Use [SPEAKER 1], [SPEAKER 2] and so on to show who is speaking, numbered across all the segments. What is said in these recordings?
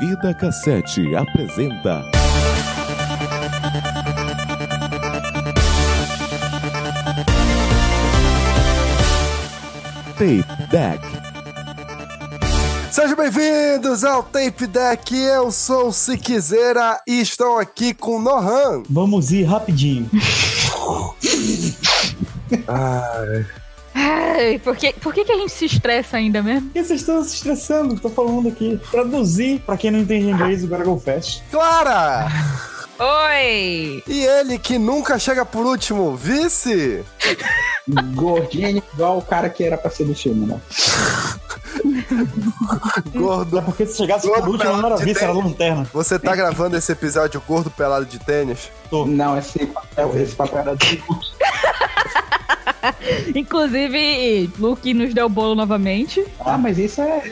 [SPEAKER 1] Vida Cassete apresenta. Tape Deck.
[SPEAKER 2] Sejam bem-vindos ao Tape Deck. Eu sou o Siquezeira e estou aqui com Nohan.
[SPEAKER 3] Vamos ir rapidinho.
[SPEAKER 2] Ai,
[SPEAKER 4] Ai, por que, por que, que a gente se estressa ainda mesmo?
[SPEAKER 3] Por que vocês estão se estressando? Tô falando aqui. Traduzir, pra quem não entende inglês, o Gargle Fest.
[SPEAKER 2] Clara!
[SPEAKER 4] Oi!
[SPEAKER 2] E ele que nunca chega por último, vice?
[SPEAKER 5] Gordinho igual o cara que era pra ser do filme, né?
[SPEAKER 3] É
[SPEAKER 2] Gordo.
[SPEAKER 3] porque se chegasse por último, não era vice, era lanterna.
[SPEAKER 2] Você tá gravando esse episódio gordo pelado de tênis?
[SPEAKER 5] Não, esse papel, esse papel era do
[SPEAKER 4] Inclusive, Luke nos deu bolo novamente.
[SPEAKER 5] Ah, mas isso é.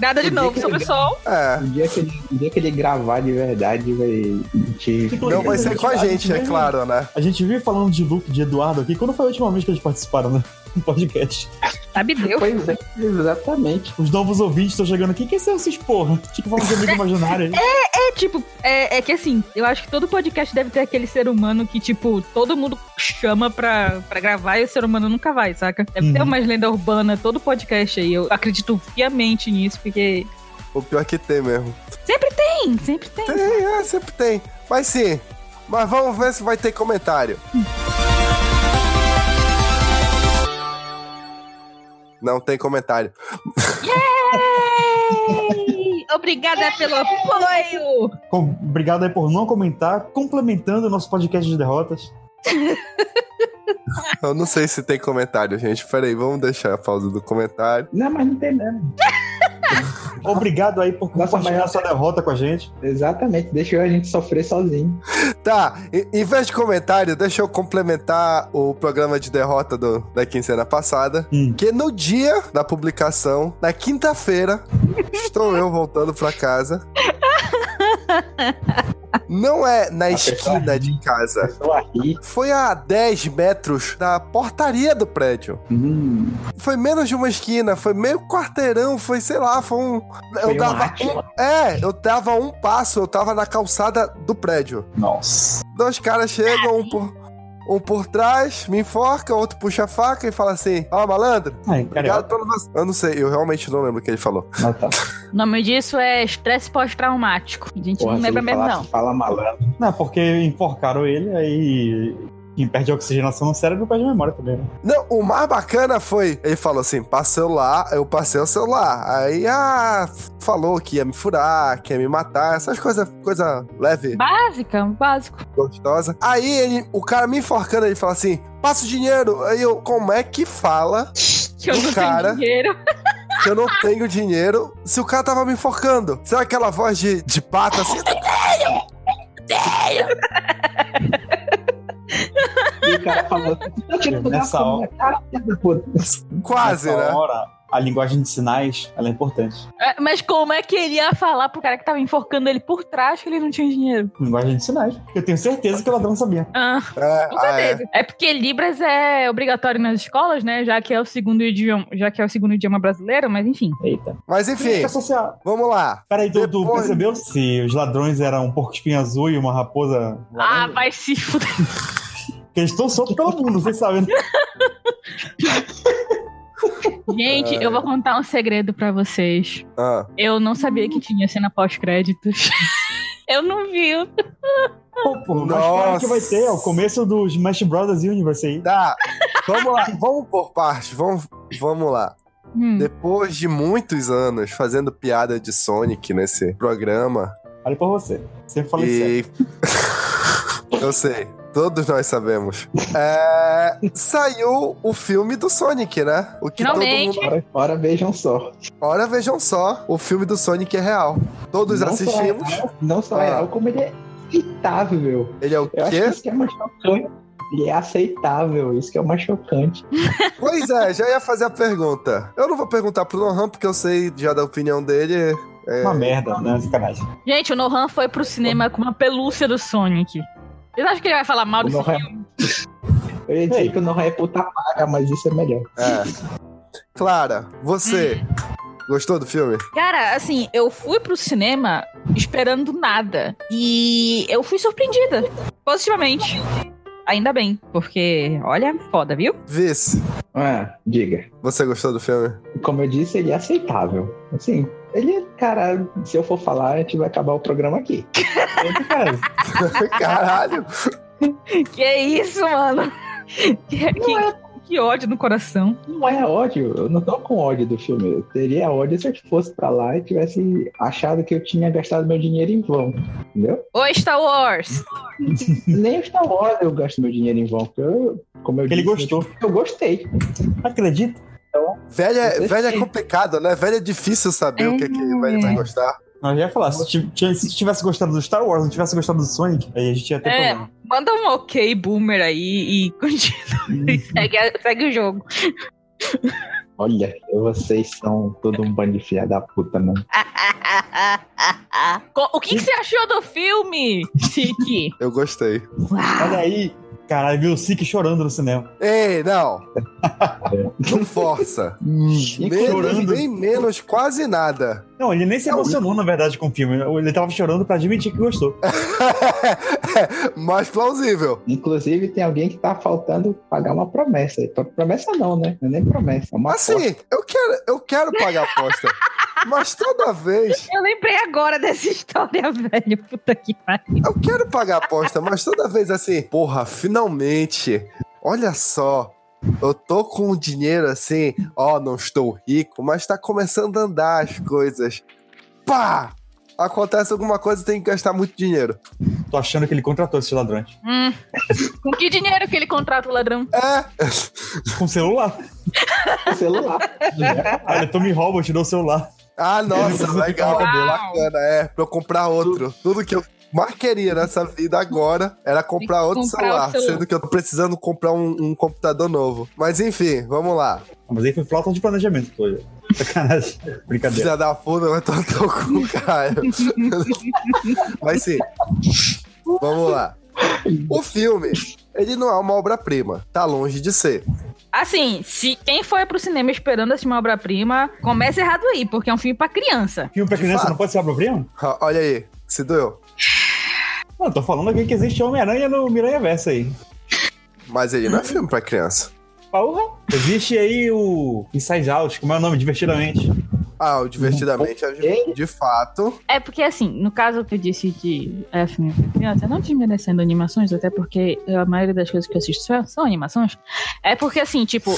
[SPEAKER 4] Nada de
[SPEAKER 5] Que
[SPEAKER 4] novo
[SPEAKER 5] que
[SPEAKER 4] sobre o sol.
[SPEAKER 2] É.
[SPEAKER 5] O dia que ele, o dia que ele gravar de verdade, vai. Te...
[SPEAKER 2] Não vai ser com a gente, é claro, né?
[SPEAKER 3] A gente vive falando de Luke, de Eduardo aqui. Quando foi a última vez que eles participaram né? no podcast?
[SPEAKER 4] Sabe Deus.
[SPEAKER 5] Pois é, exatamente.
[SPEAKER 3] Os novos ouvintes estão chegando aqui. Quem são esses porra? Tinha que falar de amigo imaginário.
[SPEAKER 4] É tipo, é, é que assim, eu acho que todo podcast deve ter aquele ser humano que, tipo, todo mundo chama pra, pra gravar e o ser humano nunca vai, saca? Deve ter
[SPEAKER 3] Uhum.
[SPEAKER 4] umas lenda urbana, todo podcast aí. Eu acredito fiamente nisso, porque.
[SPEAKER 2] O pior que tem mesmo.
[SPEAKER 4] Sempre tem, sempre tem.
[SPEAKER 2] Tem, é, sempre tem. Mas sim. Mas vamos ver se vai ter comentário. Não tem comentário.
[SPEAKER 4] Yay! Obrigada pelo apoio!
[SPEAKER 3] Com- Obrigado aí por não comentar, complementando o nosso podcast de derrotas.
[SPEAKER 2] Eu não sei se tem comentário, gente. Peraí, vamos deixar a pausa do comentário.
[SPEAKER 5] Não, mas não tem mesmo.
[SPEAKER 3] Obrigado aí por
[SPEAKER 5] Nossa,
[SPEAKER 3] compartilhar
[SPEAKER 5] mas- é-
[SPEAKER 3] sua derrota com a gente.
[SPEAKER 5] Exatamente, deixou a gente sofrer sozinho.
[SPEAKER 2] Tá, e- em vez de comentário, deixa eu complementar o programa de derrota do- da quinzena passada.
[SPEAKER 3] Hum.
[SPEAKER 2] Que no dia da publicação, na quinta-feira, estou eu voltando pra casa. Não é na esquina de casa.
[SPEAKER 5] Começou a rir.
[SPEAKER 2] Foi a 10 metros da portaria do prédio.
[SPEAKER 5] Hum,
[SPEAKER 2] Foi menos de uma esquina, foi meio quarteirão, foi, sei lá, foi um.
[SPEAKER 5] foi
[SPEAKER 2] eu
[SPEAKER 5] um
[SPEAKER 2] dava
[SPEAKER 5] átimo.
[SPEAKER 2] É, eu tava um passo, eu tava na calçada do prédio.
[SPEAKER 5] Nossa.
[SPEAKER 2] Dois caras chegam, um por, um por trás, me enforca, outro puxa a faca e fala assim: Ó, malandro,
[SPEAKER 5] É
[SPEAKER 3] Ai, carioca.
[SPEAKER 2] obrigado pelo vac-" Eu não sei, eu realmente não lembro o que ele falou.
[SPEAKER 5] Ah, tá.
[SPEAKER 4] O nome disso é estresse pós-traumático. A gente
[SPEAKER 5] Porra,
[SPEAKER 4] não
[SPEAKER 5] se
[SPEAKER 4] lembra
[SPEAKER 5] ele
[SPEAKER 4] mesmo,
[SPEAKER 5] falasse,
[SPEAKER 4] não.
[SPEAKER 5] Fala malandro.
[SPEAKER 3] Não, porque enforcaram ele, aí quem perde a oxigenação no cérebro perde a memória também. né?
[SPEAKER 2] Não, o mais bacana foi: ele falou assim, passa o celular, eu passei o celular. Aí, ah, falou que ia me furar, que ia me matar, essas coisas, coisa leve,
[SPEAKER 4] Básica, um básico.
[SPEAKER 2] gostosa. Aí ele, o cara me enforcando, ele fala assim: passa o dinheiro. Aí eu, como é que fala?
[SPEAKER 4] Que eu não
[SPEAKER 2] Cara.
[SPEAKER 4] tenho dinheiro.
[SPEAKER 2] que eu não tenho dinheiro se o cara tava me enforcando. Será aquela voz de, de pata assim?
[SPEAKER 5] E o cara falou: Tá tirando
[SPEAKER 3] Nessa
[SPEAKER 5] gasto,
[SPEAKER 3] hora-
[SPEAKER 5] né? Cara, filha da puta.
[SPEAKER 2] Quase,
[SPEAKER 3] Nessa
[SPEAKER 2] né?
[SPEAKER 3] hora, a linguagem de sinais, ela é importante.
[SPEAKER 4] É, Mas como é que ele ia falar pro cara que tava enforcando ele por trás que ele não tinha dinheiro?
[SPEAKER 3] Linguagem de sinais. Eu tenho certeza que o ladrão sabia.
[SPEAKER 4] Ah,
[SPEAKER 2] É,
[SPEAKER 4] com
[SPEAKER 2] ah, é.
[SPEAKER 4] certeza. É porque Libras é obrigatório nas escolas, né? Já que é o segundo idioma, já que é o segundo idioma brasileiro, mas enfim.
[SPEAKER 3] Eita.
[SPEAKER 2] Mas enfim,
[SPEAKER 3] Crítica social.
[SPEAKER 2] vamos lá.
[SPEAKER 3] Peraí, tu, tu
[SPEAKER 2] Depois-
[SPEAKER 3] percebeu se os ladrões eram um porco espinho azul e uma raposa?
[SPEAKER 4] Ah,
[SPEAKER 3] laranja?
[SPEAKER 4] vai se fuder.
[SPEAKER 3] Porque eles estão soltos pelo mundo, vocês sabem. né?
[SPEAKER 4] Gente, eu vou contar um segredo pra vocês.
[SPEAKER 2] Ah,
[SPEAKER 4] Eu não sabia que tinha cena pós-créditos. Eu não vi.
[SPEAKER 3] Pô, pô, mas claro que vai ter, é o começo do Smash Brothers Universe aí.
[SPEAKER 2] tá. Vamos lá, vamos por partes, vamos, vamos lá.
[SPEAKER 4] Hum.
[SPEAKER 2] Depois de muitos anos fazendo piada de Sonic nesse programa,
[SPEAKER 3] Olha pra você. Sempre falei sério.
[SPEAKER 2] e. Eu sei, todos nós sabemos. É, Saiu o filme do Sonic, né? O que todo
[SPEAKER 4] Finalmente.
[SPEAKER 2] mundo
[SPEAKER 5] Ora, ora, vejam só.
[SPEAKER 2] Ora, vejam só, o filme do Sonic é real. Todos
[SPEAKER 5] Não só é
[SPEAKER 2] assistimos.
[SPEAKER 5] real, não só
[SPEAKER 2] Ah.
[SPEAKER 5] é real, como ele é aceitável.
[SPEAKER 2] Ele é o
[SPEAKER 5] Eu acho que
[SPEAKER 2] quê?
[SPEAKER 5] isso que é mais chocante. Ele é aceitável, isso que é o mais chocante.
[SPEAKER 2] Pois é, já ia fazer a pergunta. Eu não vou perguntar pro Nohan, porque eu sei já da opinião dele. É,
[SPEAKER 3] Uma merda, né? Sacanagem.
[SPEAKER 4] Gente, o Nohan foi pro cinema com uma pelúcia do Sonic. Vocês acham que ele vai falar mal
[SPEAKER 5] O
[SPEAKER 4] desse
[SPEAKER 5] Nohan é-
[SPEAKER 4] filme?
[SPEAKER 5] Eu ia dizer
[SPEAKER 3] Ei.
[SPEAKER 5] que o não é puta paga, mas isso é melhor.
[SPEAKER 2] é. Clara, você Gostou do filme?
[SPEAKER 4] Cara, assim, eu fui pro cinema esperando nada. E eu fui surpreendida. Positivamente. Ainda bem, porque, olha, foda, viu?
[SPEAKER 2] Vice,
[SPEAKER 3] É,
[SPEAKER 5] Ah, diga.
[SPEAKER 2] você gostou do filme?
[SPEAKER 5] Como eu disse, ele é aceitável. Assim, ele, cara, se eu for falar, a gente vai acabar o programa aqui.
[SPEAKER 3] Cara,
[SPEAKER 2] Caralho!
[SPEAKER 4] Que isso, mano? Que, que- que ódio no coração.
[SPEAKER 5] Não é ódio, eu não tô com ódio do filme. Eu teria ódio se eu fosse pra lá e tivesse achado que eu tinha gastado meu dinheiro em vão. Entendeu?
[SPEAKER 4] Oi, Star Wars!
[SPEAKER 5] Nem Star Wars eu gasto meu dinheiro em vão, porque eu, como eu
[SPEAKER 3] Hum. ele
[SPEAKER 5] disse,
[SPEAKER 3] gostou.
[SPEAKER 5] eu gostei.
[SPEAKER 3] Acredita?
[SPEAKER 2] Velha,
[SPEAKER 5] Eu
[SPEAKER 2] velha é
[SPEAKER 5] gostei.
[SPEAKER 2] complicado, né? Velha é difícil saber o que, que ele vai gostar.
[SPEAKER 3] Não, eu já ia falar, se, ti- ti- se tivesse gostado do Star Wars, não tivesse gostado do Sonic, aí a gente ia ter
[SPEAKER 4] É.
[SPEAKER 3] problema.
[SPEAKER 4] Manda um ok boomer aí e continua. e segue, a- segue o jogo.
[SPEAKER 5] Olha, vocês são todo um bando de filha da puta, né? mano.
[SPEAKER 4] Co- o que, que você achou do filme, Chique?
[SPEAKER 2] Eu gostei.
[SPEAKER 3] Olha aí, caralho, viu o Sick chorando no cinema.
[SPEAKER 2] Ei, não! Não força. menos,
[SPEAKER 3] chorando.
[SPEAKER 2] nem menos, quase nada.
[SPEAKER 3] Não, ele nem se emocionou, na verdade, com o filme. Ele tava chorando pra admitir que gostou.
[SPEAKER 2] Mais plausível.
[SPEAKER 5] Inclusive, tem alguém que tá faltando pagar uma promessa. Pro- Promessa não, né? Não é nem promessa. É uma aposta.
[SPEAKER 2] Assim, eu quero, eu quero pagar a aposta. Mas toda vez,
[SPEAKER 4] Eu lembrei agora dessa história, velho. Puta que pariu.
[SPEAKER 2] eu quero pagar a aposta, mas toda vez assim, porra, finalmente, olha só, eu tô com o dinheiro assim, ó, não estou rico, mas tá começando a andar as coisas. Pá! Acontece alguma coisa, tem que gastar muito dinheiro.
[SPEAKER 3] Tô achando que ele contratou esses ladrões.
[SPEAKER 4] Hum. Com que dinheiro que ele contrata o ladrão?
[SPEAKER 2] É!
[SPEAKER 3] Com celular.
[SPEAKER 5] O celular.
[SPEAKER 3] Olha, ele me rouba, eu te dou o celular.
[SPEAKER 2] Ah,
[SPEAKER 3] Ele
[SPEAKER 2] nossa,
[SPEAKER 3] precisa
[SPEAKER 2] legal,
[SPEAKER 4] ficar no cabelo.
[SPEAKER 2] bacana, é, pra eu comprar outro. Tudo que eu mais queria nessa vida agora era comprar outro
[SPEAKER 4] comprar
[SPEAKER 2] celular,
[SPEAKER 4] o celular.
[SPEAKER 2] sendo que eu tô precisando comprar um, um computador novo. Mas enfim, vamos lá.
[SPEAKER 3] Ah, Mas aí foi falta de planejamento, pô. Sacanagem. Brincadeira.
[SPEAKER 2] Filha da puta, vai tomar teu cu, cara. Mas sim. Vamos lá. O filme, ele não é uma obra-prima, tá longe de ser.
[SPEAKER 4] Assim, se quem foi pro cinema esperando assistir uma obra-prima, começa errado aí, porque é um filme pra criança.
[SPEAKER 3] Filme pra criança
[SPEAKER 2] fato.
[SPEAKER 3] não pode ser obra-prima?
[SPEAKER 2] Ó, Olha aí, se doeu.
[SPEAKER 3] Não, tô falando aqui que existe Homem-Aranha no Miranha Versa aí.
[SPEAKER 2] Mas ele não é filme pra criança.
[SPEAKER 3] Porra! Existe aí o Inside Out, como é o nome? Divertidamente.
[SPEAKER 2] Ah, o Divertidamente é de, de fato.
[SPEAKER 4] É porque, assim, no caso que eu disse de é, filme pra criança, não desmerecendo animações, até porque a maioria das coisas que eu assisto são- são animações, é porque, assim, tipo,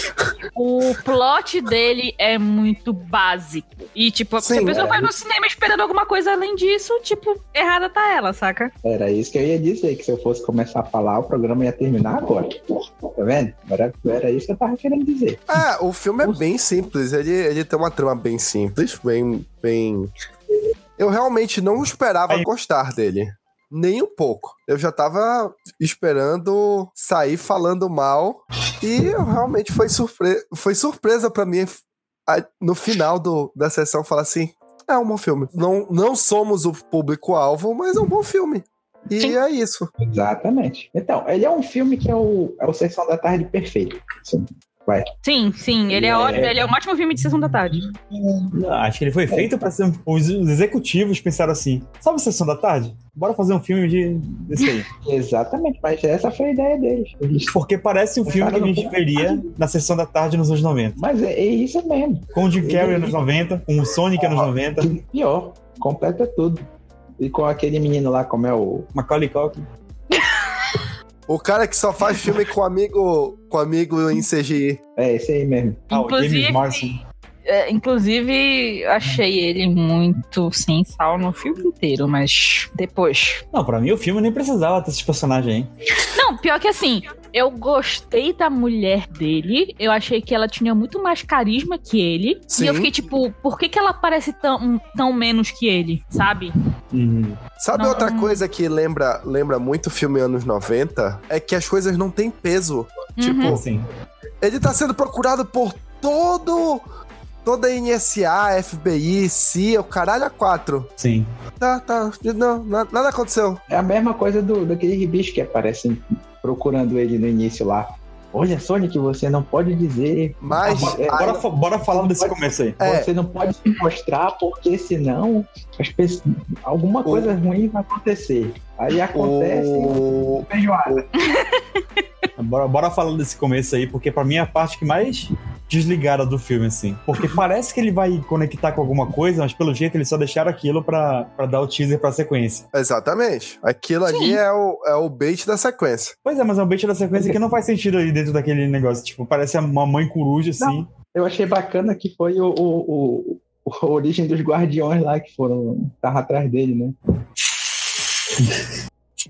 [SPEAKER 4] o plot dele é muito básico. E, tipo, se
[SPEAKER 2] Sim,
[SPEAKER 4] a pessoa
[SPEAKER 5] é.
[SPEAKER 4] vai no cinema esperando alguma coisa além disso, tipo, errada tá ela, saca?
[SPEAKER 5] Era isso que eu ia dizer, que se eu fosse começar a falar, o programa ia terminar agora. Tá vendo? Era, era isso que eu tava querendo dizer.
[SPEAKER 2] É, o filme é bem simples. Ele, ele tem uma trama bem simples, bem. bem... Eu realmente não esperava
[SPEAKER 3] Aí-
[SPEAKER 2] gostar dele. Nem um pouco. Eu já tava esperando sair falando mal. E eu realmente foi, surpre... foi surpresa pra mim a- no final do, da sessão falar assim: é um bom filme. Não, não somos o público-alvo, mas é um bom filme. E
[SPEAKER 4] Sim.
[SPEAKER 2] é isso.
[SPEAKER 5] Exatamente. Então, ele é um filme que é o, é o Sessão da Tarde perfeito. Assim,
[SPEAKER 4] Sim, sim, ele é,
[SPEAKER 5] É.
[SPEAKER 4] ótimo, ele é um ótimo filme de sessão da tarde.
[SPEAKER 3] Não, Ah, acho que ele foi feito pra ser. um- Os, os executivos pensaram assim: sabe a sessão da tarde? Bora fazer um filme de, desse aí.
[SPEAKER 5] Exatamente, mas essa foi a ideia deles.
[SPEAKER 3] Porque parece um filme que a gente veria na sessão da tarde nos anos 90.
[SPEAKER 5] Mas é, é isso mesmo.
[SPEAKER 3] Com o Jim Carrey nos 90, com o Sonic nos 90,
[SPEAKER 5] E pior, completa tudo. E com aquele menino lá, como é o.
[SPEAKER 3] Macaulay Culkin.
[SPEAKER 2] O cara que só faz filme com amigo, com amigo em CGI.
[SPEAKER 5] É, esse aí mesmo.
[SPEAKER 3] Ah, o James
[SPEAKER 4] Inclusive-
[SPEAKER 3] Morrison.
[SPEAKER 4] É, inclusive, achei ele muito sem sal no filme inteiro, mas depois.
[SPEAKER 3] Não, pra mim o filme nem precisava ter esses personagens aí.
[SPEAKER 4] Não, pior que assim, eu gostei da mulher dele. Eu achei que ela tinha muito mais carisma que ele.
[SPEAKER 2] Sim.
[SPEAKER 4] E eu fiquei tipo, por que, que ela parece tão, tão menos que ele, sabe?
[SPEAKER 2] Sabe
[SPEAKER 4] Não,
[SPEAKER 2] outra
[SPEAKER 4] não.
[SPEAKER 2] coisa que lembra, lembra muito filme anos 90? É que as coisas não têm peso.
[SPEAKER 4] Uhum.
[SPEAKER 2] Tipo,
[SPEAKER 3] Assim.
[SPEAKER 2] ele tá sendo procurado por todo. Toda a NSA, FBI, CIA, o caralho a quatro.
[SPEAKER 3] Sim.
[SPEAKER 2] Tá, tá. Não, na- nada aconteceu.
[SPEAKER 5] É a mesma coisa do, daquele bicho que aparece procurando ele no início lá. Olha, Sonic, você não pode dizer.
[SPEAKER 2] Mas.
[SPEAKER 5] Ah,
[SPEAKER 2] a-
[SPEAKER 3] Bora, fa- bora falar desse começo aí.
[SPEAKER 2] É.
[SPEAKER 5] Você não pode se mostrar, porque senão as pessoas- alguma coisa ruim vai acontecer. Aí acontece
[SPEAKER 2] é, o...
[SPEAKER 5] feijoada.
[SPEAKER 3] Bora, bora falar desse começo aí, porque pra mim é a parte que mais desligada do filme, assim. Porque parece que ele vai conectar com alguma coisa, mas pelo jeito eles só deixaram aquilo pra, pra dar o teaser pra sequência.
[SPEAKER 2] Exatamente. Aquilo ali é o, é o bait da sequência.
[SPEAKER 3] Pois é, mas é um bait da sequência que não faz sentido ali dentro daquele negócio. Tipo, parece uma mãe coruja, assim.
[SPEAKER 5] Eu achei bacana que foi o, o- o- a origem dos guardiões lá que foram. Tava atrás dele, né?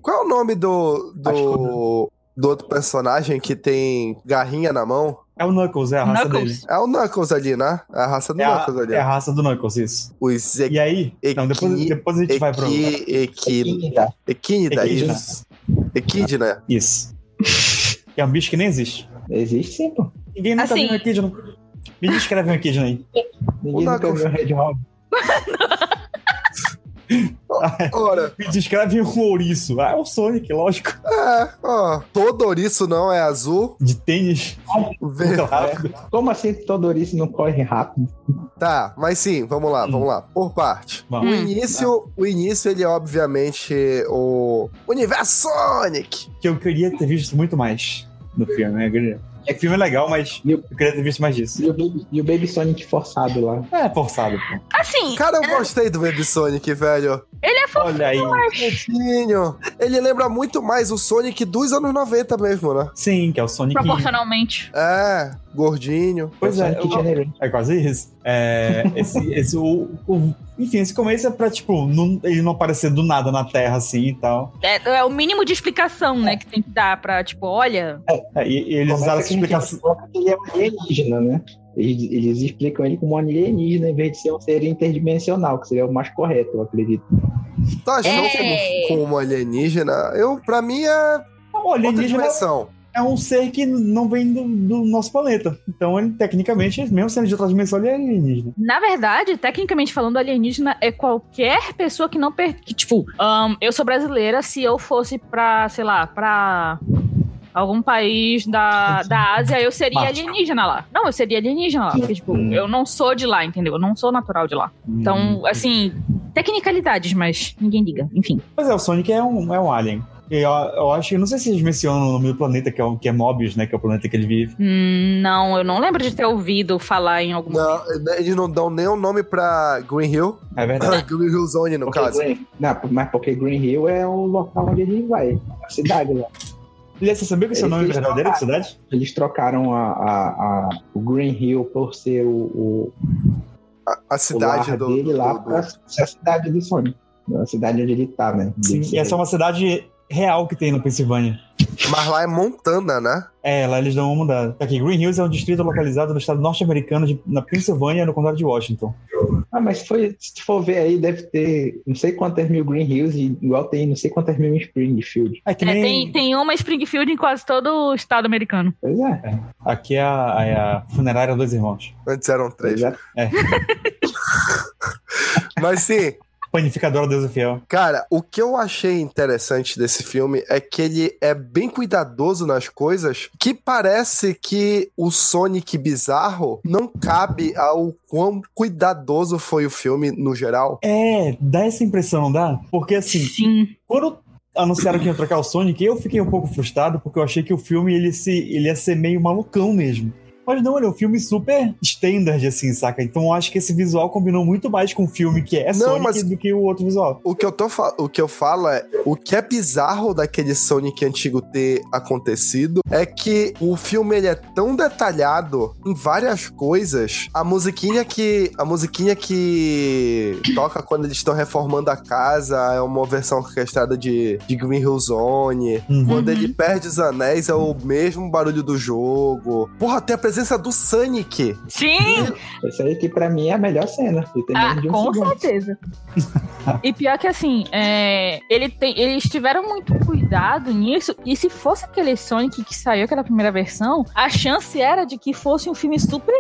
[SPEAKER 2] Qual é o nome do.
[SPEAKER 5] Acho
[SPEAKER 2] do. do outro personagem que tem garrinha na mão?
[SPEAKER 3] É o Knuckles, é a raça
[SPEAKER 4] Knuckles.
[SPEAKER 2] É o Knuckles ali, né? É a raça do
[SPEAKER 3] dele. É a,
[SPEAKER 2] Knuckles ali.
[SPEAKER 3] é a raça do Knuckles, isso.
[SPEAKER 2] Os
[SPEAKER 3] E aí?
[SPEAKER 2] Equi-
[SPEAKER 3] Não, depois, depois a gente vai pro.
[SPEAKER 2] equi, equi,
[SPEAKER 5] Equidna.
[SPEAKER 2] equidna,
[SPEAKER 3] Equidna.
[SPEAKER 2] isso. né? Equidna.
[SPEAKER 3] Isso. Que é um bicho que nem existe.
[SPEAKER 5] Existe sim, pô.
[SPEAKER 3] Ninguém nunca
[SPEAKER 4] Assim.
[SPEAKER 3] viu um Equidna. Me descreve um Equidna aí.
[SPEAKER 5] Ninguém
[SPEAKER 2] O
[SPEAKER 5] nunca
[SPEAKER 2] Knuckles.
[SPEAKER 5] viu o Red Hog.
[SPEAKER 3] É.
[SPEAKER 2] Ora,
[SPEAKER 3] Me descreve um ouriço. Ah, é o Sonic, lógico.
[SPEAKER 2] é, ó. Todo ouriço não é azul.
[SPEAKER 3] De tênis.
[SPEAKER 2] Verde.
[SPEAKER 3] Então. Claro.
[SPEAKER 5] Como assim que todo ouriço não corre rápido?
[SPEAKER 2] Tá, mas sim, vamos lá, vamos lá. Por parte.
[SPEAKER 3] Bom,
[SPEAKER 2] O
[SPEAKER 4] Hum.
[SPEAKER 2] início, o início, ele é obviamente o Universo Sonic.
[SPEAKER 3] que eu queria ter visto muito mais no filme, né? Eu queria- O filme é legal, mas eu queria ter visto mais disso.
[SPEAKER 5] E o Baby, e o Baby Sonic forçado lá.
[SPEAKER 3] É forçado, pô.
[SPEAKER 4] Assim,
[SPEAKER 2] Cara, eu gostei do Baby Sonic, velho.
[SPEAKER 4] ele é fofo.
[SPEAKER 3] Olha aí.
[SPEAKER 2] Bonitinho. Ele lembra muito mais o Sonic dos anos 90 mesmo, né?
[SPEAKER 3] Sim, que é o Sonic.
[SPEAKER 4] Proporcionalmente.
[SPEAKER 2] É, gordinho.
[SPEAKER 3] Pois é,
[SPEAKER 5] Sonic
[SPEAKER 3] eu-
[SPEAKER 5] Generation.
[SPEAKER 3] é quase isso. É, esse, esse, o, o- enfim, esse começo é pra, tipo, não- ele não aparecer do nada na Terra, assim, e tal.
[SPEAKER 4] É, é o mínimo de explicação, né, que tem que dar pra, tipo, olha...
[SPEAKER 3] É, e, e eles
[SPEAKER 5] Começa
[SPEAKER 3] usaram
[SPEAKER 5] que
[SPEAKER 3] essa explicação...
[SPEAKER 5] coloca que ele é um alienígena, né? Eles, eles explicam ele como um alienígena em vez de ser um ser interdimensional, que seria o mais correto, eu acredito.
[SPEAKER 2] Tá achando
[SPEAKER 4] É.
[SPEAKER 2] que como alienígena? Eu, pra mim, é
[SPEAKER 3] Não, O
[SPEAKER 2] outra
[SPEAKER 3] alienígena
[SPEAKER 2] dimensão.
[SPEAKER 3] é um ser que não vem do, do nosso planeta. Então, ele, tecnicamente, mesmo sendo de outra dimensão, ele é alienígena.
[SPEAKER 4] Na verdade, tecnicamente falando, alienígena é qualquer pessoa que não... Per... Que, tipo, ahn, eu sou brasileira, se eu fosse pra, sei lá, pra... Algum país da, da Ásia, eu seria
[SPEAKER 3] Marte.
[SPEAKER 4] alienígena lá. Não, eu seria alienígena lá. Porque, tipo, eu não sou de lá, entendeu? Eu não sou natural de lá. Então, assim, tecnicalidades, mas ninguém liga. Enfim.
[SPEAKER 3] Mas é, o Sonic é um, é um alien. E Eu, eu acho que, não sei se eles mencionam o nome do planeta, que é, o- que é Mobius, né? Que é o planeta que ele vive.
[SPEAKER 4] Hum, não, eu não lembro de ter ouvido falar em algum.
[SPEAKER 2] Não, né, eles não dão nem o nome pra Green Hill.
[SPEAKER 3] É verdade.
[SPEAKER 2] Green Hill Zone, no
[SPEAKER 5] Porque
[SPEAKER 2] caso.
[SPEAKER 5] Green- não, mas porque Green Hill é o local onde ele vai, a cidade lá.
[SPEAKER 3] Ele, você sabia que o seu
[SPEAKER 5] Ele
[SPEAKER 3] nome é
[SPEAKER 5] fez
[SPEAKER 3] verdadeiro, de cidade?
[SPEAKER 5] Eles trocaram a, a- a- o Green Hill por ser o, o,
[SPEAKER 2] A, a
[SPEAKER 5] o lar
[SPEAKER 2] cidade do,
[SPEAKER 5] dele lá
[SPEAKER 2] do- do-
[SPEAKER 5] pra ser a cidade do Sonic. A cidade onde ele tá, né?
[SPEAKER 3] Sim. E essa é uma cidade real que tem na Pensilvânia.
[SPEAKER 2] Mas lá é Montana, né?
[SPEAKER 3] É, lá eles dão uma mudada. Tá Aqui, Green Hills é um distrito localizado no estado norte-americano, de- na Pensilvânia, no condado de Washington.
[SPEAKER 5] Ah, mas foi, se tu for ver aí, deve ter não sei quantas mil Green Hills, e igual tem não sei quantas mil em Springfield.
[SPEAKER 3] É que
[SPEAKER 4] É,
[SPEAKER 3] nem...
[SPEAKER 4] tem, tem uma Springfield em quase todo o estado americano.
[SPEAKER 5] Pois é.
[SPEAKER 3] Aqui é a, é a funerária dos irmãos.
[SPEAKER 2] Antes eram três.
[SPEAKER 5] Exato.
[SPEAKER 2] Mas sim,
[SPEAKER 3] Panificadora Deus Fiel.
[SPEAKER 2] Cara, o que eu achei interessante desse filme é que ele é bem cuidadoso nas coisas, que parece que o Sonic bizarro não cabe ao quão cuidadoso foi o filme no geral.
[SPEAKER 3] É, dá essa impressão, não dá? Porque assim,
[SPEAKER 4] Sim.
[SPEAKER 3] quando anunciaram que ia trocar o Sonic, eu fiquei um pouco frustrado, porque eu achei que o filme ele, se, ele ia ser meio malucão mesmo. Mas não, ele é um filme super standard, assim, saca? Então eu acho que esse visual combinou muito mais com o filme que é
[SPEAKER 2] Não,
[SPEAKER 3] Sonic
[SPEAKER 2] mas-
[SPEAKER 3] do que o outro visual.
[SPEAKER 2] O que, eu tô fa- o que eu falo é, o que é bizarro daquele Sonic antigo ter acontecido é que o filme ele é tão detalhado em várias coisas. A musiquinha que a musiquinha que toca quando eles estão reformando a casa é uma versão orquestrada de, de Green Hill Zone.
[SPEAKER 3] Uhum.
[SPEAKER 2] Quando
[SPEAKER 4] Uhum.
[SPEAKER 2] ele perde os anéis é o mesmo barulho do jogo. Porra, tem a presença do Sonic.
[SPEAKER 4] Sim!
[SPEAKER 5] Essa aí que pra mim é a melhor cena. E tem
[SPEAKER 4] Ah,
[SPEAKER 5] menos de um
[SPEAKER 4] com
[SPEAKER 5] segundo.
[SPEAKER 4] certeza. e pior que assim, é, ele tem- eles tiveram muito cuidado nisso. E se fosse aquele Sonic que saiu aquela primeira versão, a chance era de que fosse um filme super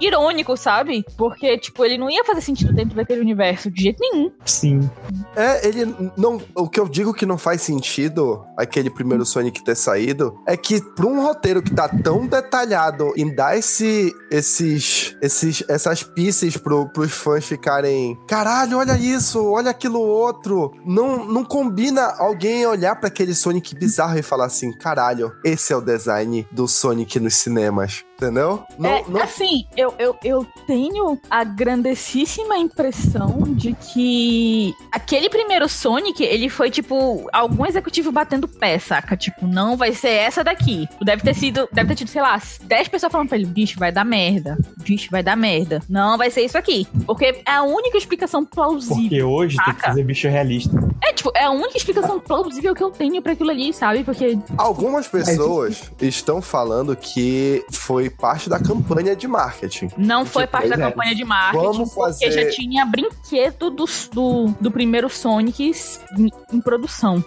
[SPEAKER 4] irônico, sabe? Porque, tipo, ele não ia fazer sentido dentro daquele universo de jeito nenhum.
[SPEAKER 3] Sim.
[SPEAKER 2] É, ele não. O que eu digo que não faz sentido aquele primeiro Sonic ter saído é que pra um roteiro que tá tão detalhado em dar esse, esses, esses, essas pistas pro, pros fãs ficarem. Caralho, olha isso, olha aquilo outro. Não, não combina alguém olhar pra aquele Sonic bizarro e falar assim: caralho, esse é o design do Sonic nos cinemas. Entendeu? Não,
[SPEAKER 4] É,
[SPEAKER 2] não
[SPEAKER 4] Assim, eu, eu, eu tenho a grandessíssima impressão de que aquele primeiro Sonic, ele foi tipo algum executivo batendo pé, saca? Tipo, não vai ser essa daqui. Deve ter sido, deve ter tido, sei lá, 10 pessoas falando pra ele, bicho, vai dar merda. Bicho, vai dar merda. Não vai ser isso aqui. Porque é a única explicação plausível.
[SPEAKER 3] Porque hoje tem que
[SPEAKER 4] Saca.
[SPEAKER 3] fazer bicho realista.
[SPEAKER 4] É, tipo, é a única explicação plausível que eu tenho pra aquilo ali, sabe? Porque
[SPEAKER 2] Algumas pessoas estão falando que foi parte da campanha de marketing.
[SPEAKER 4] Não foi parte da
[SPEAKER 5] pois é.
[SPEAKER 4] campanha de marketing,
[SPEAKER 2] Tipo, Vamos
[SPEAKER 4] porque
[SPEAKER 2] fazer-
[SPEAKER 4] já tinha brinquedo do, do, do primeiro Sonic em, em produção.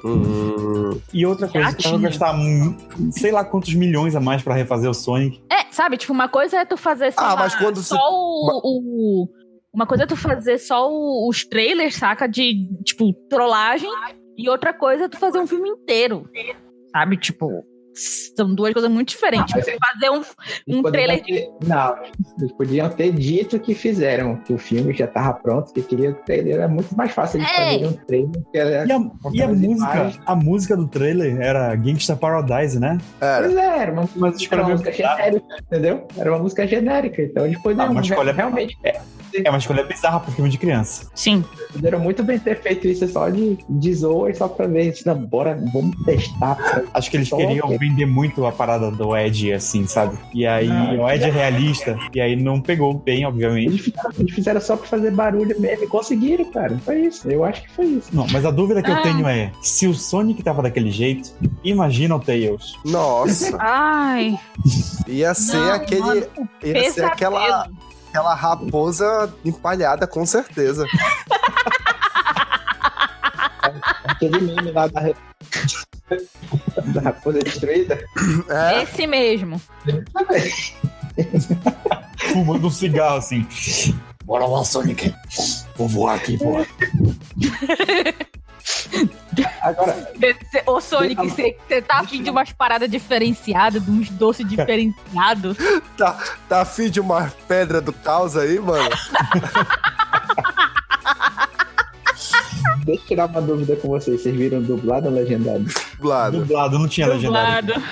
[SPEAKER 3] E outra coisa, que tava
[SPEAKER 4] tinha.
[SPEAKER 3] gastar mu- sei lá quantos milhões a mais pra refazer o Sonic.
[SPEAKER 4] É, sabe, tipo, uma coisa é tu fazer sei
[SPEAKER 2] Ah,
[SPEAKER 4] lá,
[SPEAKER 2] mas quando
[SPEAKER 4] só
[SPEAKER 2] se-
[SPEAKER 4] o, o- Uma coisa é tu fazer só o- os trailers, saca? De, tipo, trollagem. E outra coisa é tu fazer um filme inteiro. Sabe, tipo. São duas coisas muito diferentes.
[SPEAKER 5] Ah, mas
[SPEAKER 2] é.
[SPEAKER 4] Tipo, fazer um. Um trailer
[SPEAKER 5] de... Não, eles podiam ter dito que fizeram, que o filme já tava pronto, que queria o trailer. Era muito mais fácil eles
[SPEAKER 4] É.
[SPEAKER 5] fazerem um trailer. Que era...
[SPEAKER 3] E a, e a
[SPEAKER 5] Aquelas
[SPEAKER 3] música,
[SPEAKER 5] imagens.
[SPEAKER 3] a música do trailer era Gangsta Paradise, né?
[SPEAKER 2] Era.
[SPEAKER 5] Pois é, era uma,
[SPEAKER 3] Mas os
[SPEAKER 5] era uma
[SPEAKER 3] caras
[SPEAKER 5] música genérica, entendeu? Era uma música genérica, então eles poderiam
[SPEAKER 3] Ah, mas
[SPEAKER 5] re-
[SPEAKER 3] olha-
[SPEAKER 5] realmente
[SPEAKER 3] É uma escolha bizarra pro filme de criança.
[SPEAKER 4] Sim.
[SPEAKER 5] Poderam muito bem ter feito isso só de, de zoa e só pra ver. Disse, Não, bora, vamos testar.
[SPEAKER 3] Acho que eles
[SPEAKER 5] Só
[SPEAKER 3] queriam
[SPEAKER 5] que-
[SPEAKER 3] vender muito a parada do Ed, assim, sabe? E aí
[SPEAKER 5] Ah,
[SPEAKER 3] o Ed é realista, e aí não pegou bem, obviamente.
[SPEAKER 5] Eles fizeram, eles fizeram só pra fazer barulho mesmo e conseguiram, cara. Foi isso. Eu acho que foi isso.
[SPEAKER 3] Não, mas a dúvida que
[SPEAKER 4] Ah.
[SPEAKER 3] eu tenho é: se o Sonic tava daquele jeito, imagina o Tails.
[SPEAKER 2] Nossa.
[SPEAKER 4] Ai.
[SPEAKER 2] Ia ser
[SPEAKER 4] não,
[SPEAKER 2] aquele.
[SPEAKER 4] mano,
[SPEAKER 2] ia ser aquela,
[SPEAKER 4] pesadelo.
[SPEAKER 2] aquela raposa empalhada, com certeza.
[SPEAKER 5] Aquele meme lá da, da raposa destruída.
[SPEAKER 2] É.
[SPEAKER 4] Esse mesmo.
[SPEAKER 3] Fumando um cigarro assim. Bora lá, Sonic. Vou voar aqui, pô.
[SPEAKER 5] Agora,
[SPEAKER 4] Cê- Ô, Sonic, você tá afim de umas paradas diferenciadas, de uns doces diferenciados?
[SPEAKER 2] Tá afim de uma pedra do caos aí, mano?
[SPEAKER 5] deixa eu tirar uma dúvida com vocês. Vocês viram dublado ou legendado?
[SPEAKER 2] Blado.
[SPEAKER 3] Dublado, não tinha legendário.
[SPEAKER 4] Dublado.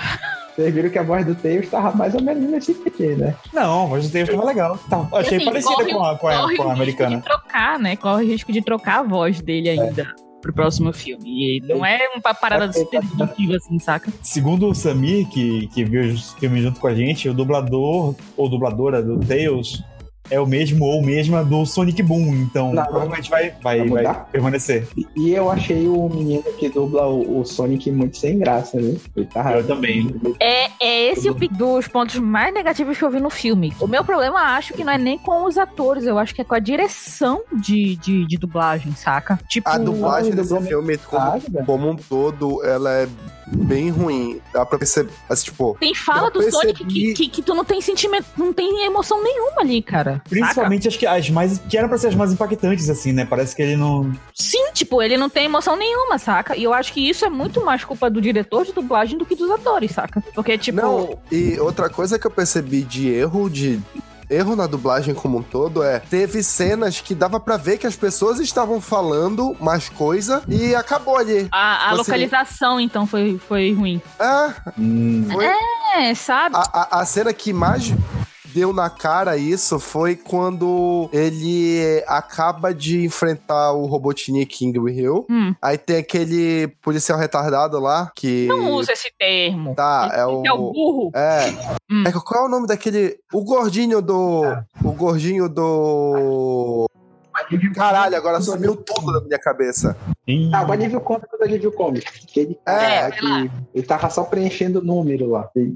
[SPEAKER 5] Vocês viram que a voz do Tails tava mais ou menos nesse aqui, né?
[SPEAKER 3] Não, mas o texto tava legal. Tava- achei
[SPEAKER 4] Assim,
[SPEAKER 3] parecida
[SPEAKER 4] corre-
[SPEAKER 3] com a, com a-
[SPEAKER 4] Corre
[SPEAKER 3] com a
[SPEAKER 4] o risco de
[SPEAKER 3] americana.
[SPEAKER 4] trocar, né? Corre o risco de trocar a voz
[SPEAKER 2] É.
[SPEAKER 4] dele ainda pro próximo filme. E não é uma parada definitiva, assim, saca?
[SPEAKER 3] Segundo o Samir, que, que viu os filmes junto com a gente, o dublador ou dubladora do Tails é o mesmo ou mesma do Sonic Boom. Então,
[SPEAKER 5] Não.
[SPEAKER 3] provavelmente vai, vai,
[SPEAKER 5] Vai mudar?
[SPEAKER 3] vai permanecer.
[SPEAKER 5] E- E eu achei o menino que dubla o, o Sonic muito sem graça, né? Ele tava.
[SPEAKER 3] Eu também.
[SPEAKER 4] É, é esse o pi- dos pontos mais negativos que eu vi no filme. O meu problema, acho que não é nem com os atores, eu acho que é com a direção de, de, de dublagem, saca? Tipo,
[SPEAKER 2] A dublagem
[SPEAKER 5] Não,
[SPEAKER 2] desse
[SPEAKER 5] dublou
[SPEAKER 2] filme, como,
[SPEAKER 5] Sabe, velho?
[SPEAKER 2] como um todo, ela é bem ruim. Dá pra perceber. Assim, tipo,
[SPEAKER 4] tem fala
[SPEAKER 2] eu
[SPEAKER 4] do Sonic
[SPEAKER 2] percebi-
[SPEAKER 4] que, que, que tu não tem sentimento, não tem emoção nenhuma ali, cara. saca?
[SPEAKER 3] Principalmente as que, as mais, que eram pra ser as mais impactantes, assim, né? Parece que ele não.
[SPEAKER 4] Sim, tipo, ele não tem emoção nenhuma, saca? E eu acho que isso é muito mais culpa do diretor de dublagem do que dos atores, saca? Porque, tipo.
[SPEAKER 2] Não, e outra coisa que eu percebi de erro de erro na dublagem como um todo é teve cenas que dava pra ver que as pessoas estavam falando mais coisa e acabou ali.
[SPEAKER 4] A, a
[SPEAKER 2] Você-
[SPEAKER 4] localização, então, foi, foi ruim.
[SPEAKER 2] Ah,
[SPEAKER 3] Hum.
[SPEAKER 2] foi
[SPEAKER 4] É, sabe?
[SPEAKER 2] a, a, a cena que mais deu na cara isso foi quando ele acaba de enfrentar o Robotnik em Green Hill.
[SPEAKER 4] Hum,
[SPEAKER 2] Aí tem aquele policial retardado lá que
[SPEAKER 4] não usa esse termo.
[SPEAKER 2] tá, é
[SPEAKER 4] Esse é o burro.
[SPEAKER 2] É.
[SPEAKER 4] Hum.
[SPEAKER 2] É, qual é o nome daquele. O gordinho do. O gordinho do. Caralho, agora sumiu tudo na minha cabeça.
[SPEAKER 3] Ih,
[SPEAKER 5] Ah, o alívio cômico do alívio cômico. Que ele,
[SPEAKER 2] É,
[SPEAKER 5] que ele tava só preenchendo o número lá. E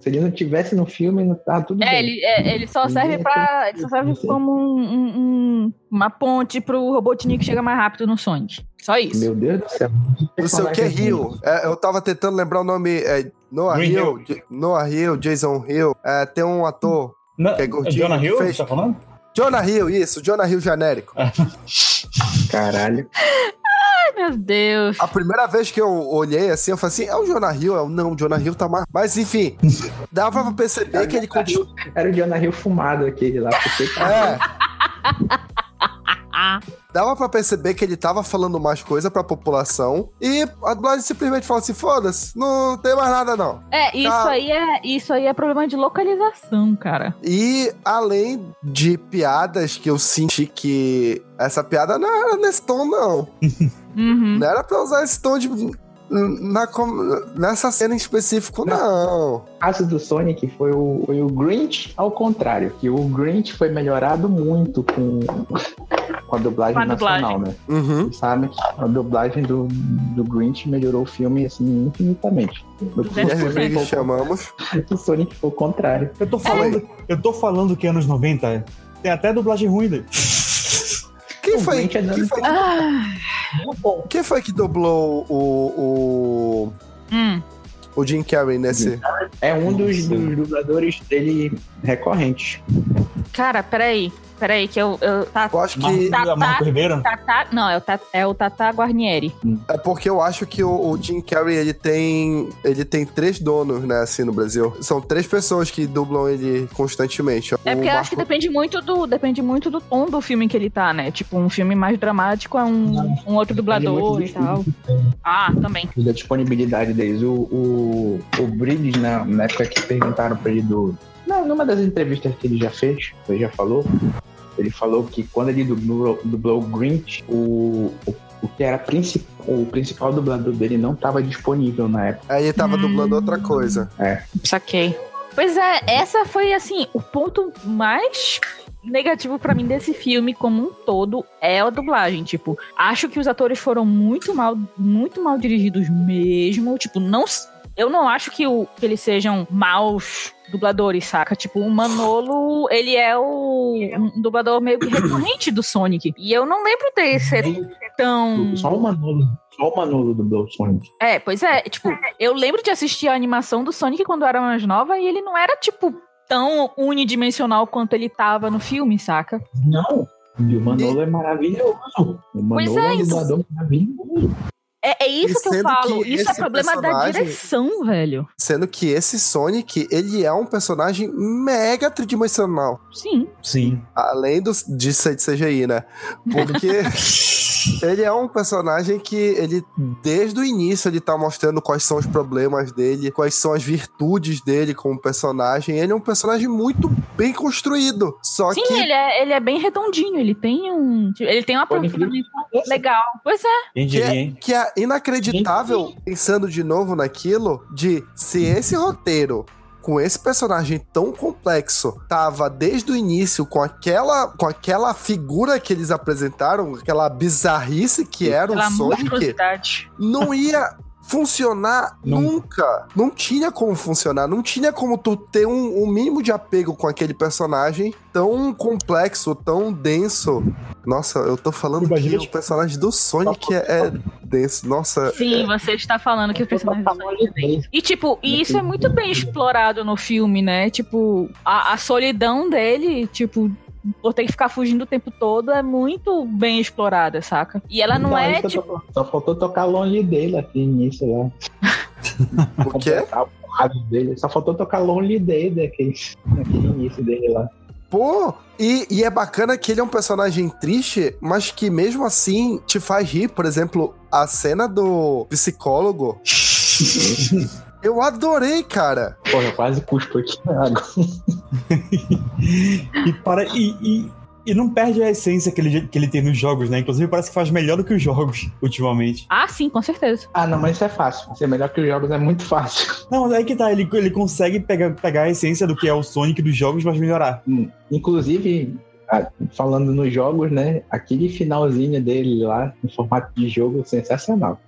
[SPEAKER 5] Se ele não tivesse no filme, não tava tudo
[SPEAKER 4] É,
[SPEAKER 5] bem.
[SPEAKER 4] ele, é, ele só serve pra. Ele só serve como um- um- um- uma ponte pro Robotnik chegar mais rápido no Sonic. Só isso.
[SPEAKER 5] Meu Deus do céu.
[SPEAKER 2] Não sei o que, Rio. É, eu tava tentando lembrar o nome. É, Noah
[SPEAKER 3] Green
[SPEAKER 2] Hill. J- Noah Hill, Jason Hill. É, tem um ator.
[SPEAKER 3] Na-
[SPEAKER 2] que é gordinho,
[SPEAKER 3] Jonah Hill,
[SPEAKER 2] fez-
[SPEAKER 3] você tá falando?
[SPEAKER 2] É. Jonah Hill, isso, Jonah Hill genérico.
[SPEAKER 5] Caralho.
[SPEAKER 4] Meu Deus.
[SPEAKER 2] A primeira vez que eu olhei assim, eu falei assim, é o Jonah Hill? Eu, não, o Jonah Hill tá mais... Mas enfim, dava pra perceber que ele continua...
[SPEAKER 5] Era o Jonah Hill fumado aquele lá, porque cara,
[SPEAKER 2] É. Dava pra perceber que ele tava falando mais coisa pra população e a dublagem simplesmente falou assim, foda-se, não tem mais nada não.
[SPEAKER 4] É, isso
[SPEAKER 2] Tá.
[SPEAKER 4] aí é, isso aí é problema de localização, cara.
[SPEAKER 2] E além de piadas que eu senti que essa piada não era nesse tom não.
[SPEAKER 4] Uhum.
[SPEAKER 2] Não era pra usar esse tom de. na com- nessa cena em específico, não.
[SPEAKER 5] o caso do Sonic foi o, foi o Grinch ao contrário, que o Grinch foi melhorado muito com, com a dublagem
[SPEAKER 4] Com a dublagem.
[SPEAKER 5] nacional, né?
[SPEAKER 2] Uhum.
[SPEAKER 5] sabe? A dublagem do, do Grinch melhorou o filme assim infinitamente. O
[SPEAKER 4] Deve
[SPEAKER 2] Guilherme
[SPEAKER 4] ser.
[SPEAKER 2] Briggs
[SPEAKER 5] Sonic,
[SPEAKER 2] chamamos.
[SPEAKER 5] foi- o Sonic foi o contrário.
[SPEAKER 3] Eu tô falando, eu tô falando que é anos 90 tem até dublagem ruim dele.
[SPEAKER 2] Quem
[SPEAKER 5] O
[SPEAKER 2] foi,
[SPEAKER 5] Grinch é
[SPEAKER 2] quem, foi,
[SPEAKER 4] Ah,
[SPEAKER 2] quem foi que dublou o, o,
[SPEAKER 4] hum.
[SPEAKER 2] o Jim Carrey nesse?
[SPEAKER 5] É um dos,
[SPEAKER 3] Nossa.
[SPEAKER 5] dos dubladores dele recorrente.
[SPEAKER 4] Cara, peraí. Peraí, que eu. eu tá,
[SPEAKER 2] Eu acho que.
[SPEAKER 4] Tá, tá.
[SPEAKER 3] Marco Ribeiro?
[SPEAKER 4] Tatá- não, é o, Tatá- é o Tata Guarnieri.
[SPEAKER 2] É porque eu acho que o, o Jim Carrey ele tem. Ele tem três donos, né, assim, no Brasil. São três pessoas que dublam ele constantemente.
[SPEAKER 4] É
[SPEAKER 2] O
[SPEAKER 4] porque eu acho que
[SPEAKER 2] Marco-
[SPEAKER 4] depende muito do depende muito do tom do filme que ele tá, né? Tipo, um filme mais dramático é um, um outro dublador e
[SPEAKER 5] depende
[SPEAKER 4] tal. Ah, também.
[SPEAKER 5] Da disponibilidade deles. O, o, o Briggs, na, na época que perguntaram pra ele do. Não, numa das entrevistas que ele já fez, ele já falou. Ele falou que quando ele dublou, dublou o Grinch, o, o, o que era princip, o principal dublador dele não estava disponível na época.
[SPEAKER 2] Aí ele tava
[SPEAKER 4] Hum.
[SPEAKER 2] dublando outra coisa.
[SPEAKER 4] Saquei. Pois é, essa foi assim, o ponto mais negativo pra mim desse filme como um todo é a dublagem, tipo, acho que os atores foram muito mal, muito mal dirigidos mesmo, tipo, não s- eu não acho que, o, que eles sejam maus dubladores, saca? Tipo, o Manolo, ele é o um dublador meio que recorrente do Sonic. E eu não lembro dele ser tão.
[SPEAKER 5] Só o Manolo. Só o Manolo dublou o Sonic.
[SPEAKER 4] É, pois é, tipo, eu lembro de assistir a animação do Sonic quando eu era mais nova e ele não era, tipo, tão unidimensional quanto ele tava no filme, saca?
[SPEAKER 5] Não. E o Manolo é maravilhoso. O
[SPEAKER 4] Pois
[SPEAKER 5] Manolo
[SPEAKER 4] é,
[SPEAKER 5] é, um
[SPEAKER 4] isso.
[SPEAKER 5] dublador maravilhoso.
[SPEAKER 4] É, é isso
[SPEAKER 2] E
[SPEAKER 4] que eu
[SPEAKER 2] sendo
[SPEAKER 4] falo,
[SPEAKER 2] que
[SPEAKER 4] isso é
[SPEAKER 2] esse
[SPEAKER 4] problema da
[SPEAKER 2] personagem-
[SPEAKER 4] direção, velho.
[SPEAKER 2] Sendo que esse Sonic, ele é um personagem mega tridimensional.
[SPEAKER 4] Sim.
[SPEAKER 3] Sim.
[SPEAKER 2] Além do, de ser de CGI, né? Porque ele é um personagem que ele, desde o início, ele tá mostrando quais são os problemas dele, quais são as virtudes dele como personagem. Ele é um personagem muito bem construído. Só
[SPEAKER 4] Sim,
[SPEAKER 2] que.
[SPEAKER 4] ele é, ele é bem redondinho, ele tem um. Ele tem um
[SPEAKER 5] Pode incrível.
[SPEAKER 4] aprofundamento legal. Pois é,
[SPEAKER 3] Quem diria, hein?
[SPEAKER 2] Que é inacreditável, pensando de novo naquilo, de se esse roteiro com esse personagem tão complexo tava desde o início com aquela com aquela figura que eles apresentaram, aquela bizarrice que era
[SPEAKER 4] pela
[SPEAKER 2] o Sonic,
[SPEAKER 4] monstruosidade.
[SPEAKER 2] não ia funcionar
[SPEAKER 3] Não.
[SPEAKER 2] nunca. Não tinha como funcionar, não tinha como tu ter um, um mínimo de apego com aquele personagem tão complexo, tão denso. Nossa, eu tô falando que
[SPEAKER 3] Imagina,
[SPEAKER 2] o
[SPEAKER 3] tipo,
[SPEAKER 2] personagem do Sonic é, é denso. Nossa,
[SPEAKER 4] Sim, você está falando que o personagem do Sonic é bem. E, tipo, e isso é muito bem explorado no filme, né? Tipo, a, a solidão dele, tipo, por ter que ficar fugindo o tempo todo, é muito bem explorada, saca? E ela não
[SPEAKER 5] Então,
[SPEAKER 4] é,
[SPEAKER 5] isso eu
[SPEAKER 4] tipo.
[SPEAKER 5] tô- Só faltou tocar longe dele aqui nisso lá.
[SPEAKER 2] o quê?
[SPEAKER 5] Completar o quadro dele. Só faltou tocar né, longe dele aqui, naquele é início dele lá.
[SPEAKER 2] Pô, e, e é bacana que ele é um personagem triste, mas que mesmo assim te faz rir. Por exemplo, a cena do psicólogo. Eu adorei, cara.
[SPEAKER 5] Porra, eu quase cuspo aqui na água.
[SPEAKER 3] E, para, e, e, e não perde a essência que ele, que ele tem nos jogos, né? Inclusive parece que faz melhor do que os jogos ultimamente.
[SPEAKER 4] Ah, sim, com certeza.
[SPEAKER 5] Ah, não, mas isso é fácil. Ser melhor que os jogos é muito fácil.
[SPEAKER 3] Não, mas aí que tá, ele, ele consegue pegar, pegar a essência do que é o Sonic dos jogos, mas melhorar.
[SPEAKER 5] Inclusive, a- falando nos jogos, né? Aquele finalzinho dele lá, em formato de jogo, sensacional.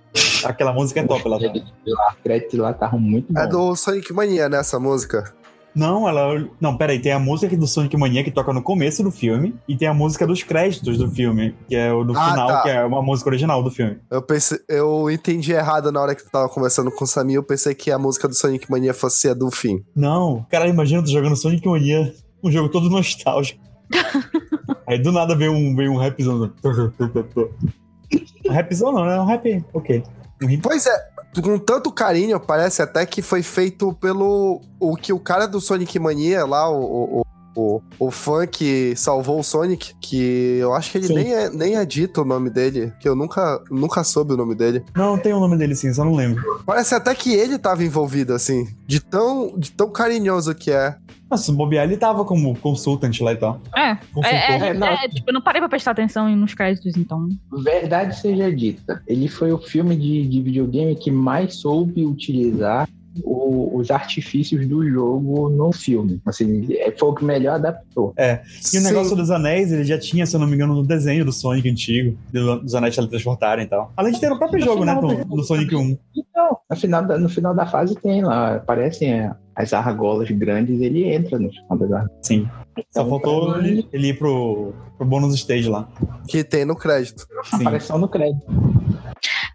[SPEAKER 3] Aquela música é top, ela tá.
[SPEAKER 5] Os créditos lá estavam muito bons.
[SPEAKER 2] É do Sonic Mania, né? Essa música.
[SPEAKER 3] Não, ela. Não, peraí, tem a música aqui do Sonic Mania que toca no começo do filme, e tem a música dos créditos do filme, que é o do
[SPEAKER 2] Ah,
[SPEAKER 3] final,
[SPEAKER 2] tá.
[SPEAKER 3] que é uma música original do filme.
[SPEAKER 2] Eu pensei, eu entendi errado na hora que tu tava conversando com o Samir. Eu pensei que a música do Sonic Mania fosse a do fim.
[SPEAKER 3] Não, cara, imagina tu jogando Sonic Mania, um jogo todo nostálgico. Aí do nada vem um, vem um rapzão. né? Rapzão não, né? É um rap. Ok. Um hip
[SPEAKER 2] Pois é, com tanto carinho, parece até que foi feito pelo. O que o cara do Sonic Mania lá, o. o, o o, o fã que salvou o Sonic, que eu acho que ele
[SPEAKER 3] Sim.
[SPEAKER 2] nem é, nem é dito o nome dele, que eu nunca, nunca soube o nome dele.
[SPEAKER 3] Não, tem o nome dele sim, só não lembro.
[SPEAKER 2] Parece até que ele tava envolvido, assim, de tão, de tão carinhoso que é.
[SPEAKER 3] Mas se bobear, ele tava como consultant lá e tal.
[SPEAKER 4] É.
[SPEAKER 3] Consultor.
[SPEAKER 4] É, é,
[SPEAKER 5] É, não.
[SPEAKER 4] é, tipo, eu não parei pra prestar atenção nos créditos, então.
[SPEAKER 5] Verdade seja dita, ele foi o filme de, de videogame que mais soube utilizar o- os artifícios do jogo no filme. Assim, é- foi o que melhor adaptou.
[SPEAKER 3] E o
[SPEAKER 2] Sim.
[SPEAKER 3] negócio dos anéis, ele já tinha, se eu não me engano, no desenho do Sonic antigo, do- dos anéis teletransportarem e tal. Além de ter o próprio jogo, né, do, do Sonic 1.
[SPEAKER 5] Então, no final, da, no final da fase tem lá, aparecem é, as argolas grandes, ele entra no final das argolas.
[SPEAKER 3] Sim. Só
[SPEAKER 5] Então,
[SPEAKER 3] faltou
[SPEAKER 5] pra mim,
[SPEAKER 3] ele, ele ir pro, pro bônus stage lá.
[SPEAKER 2] Que tem no crédito.
[SPEAKER 3] Sim.
[SPEAKER 5] Aparece só no crédito.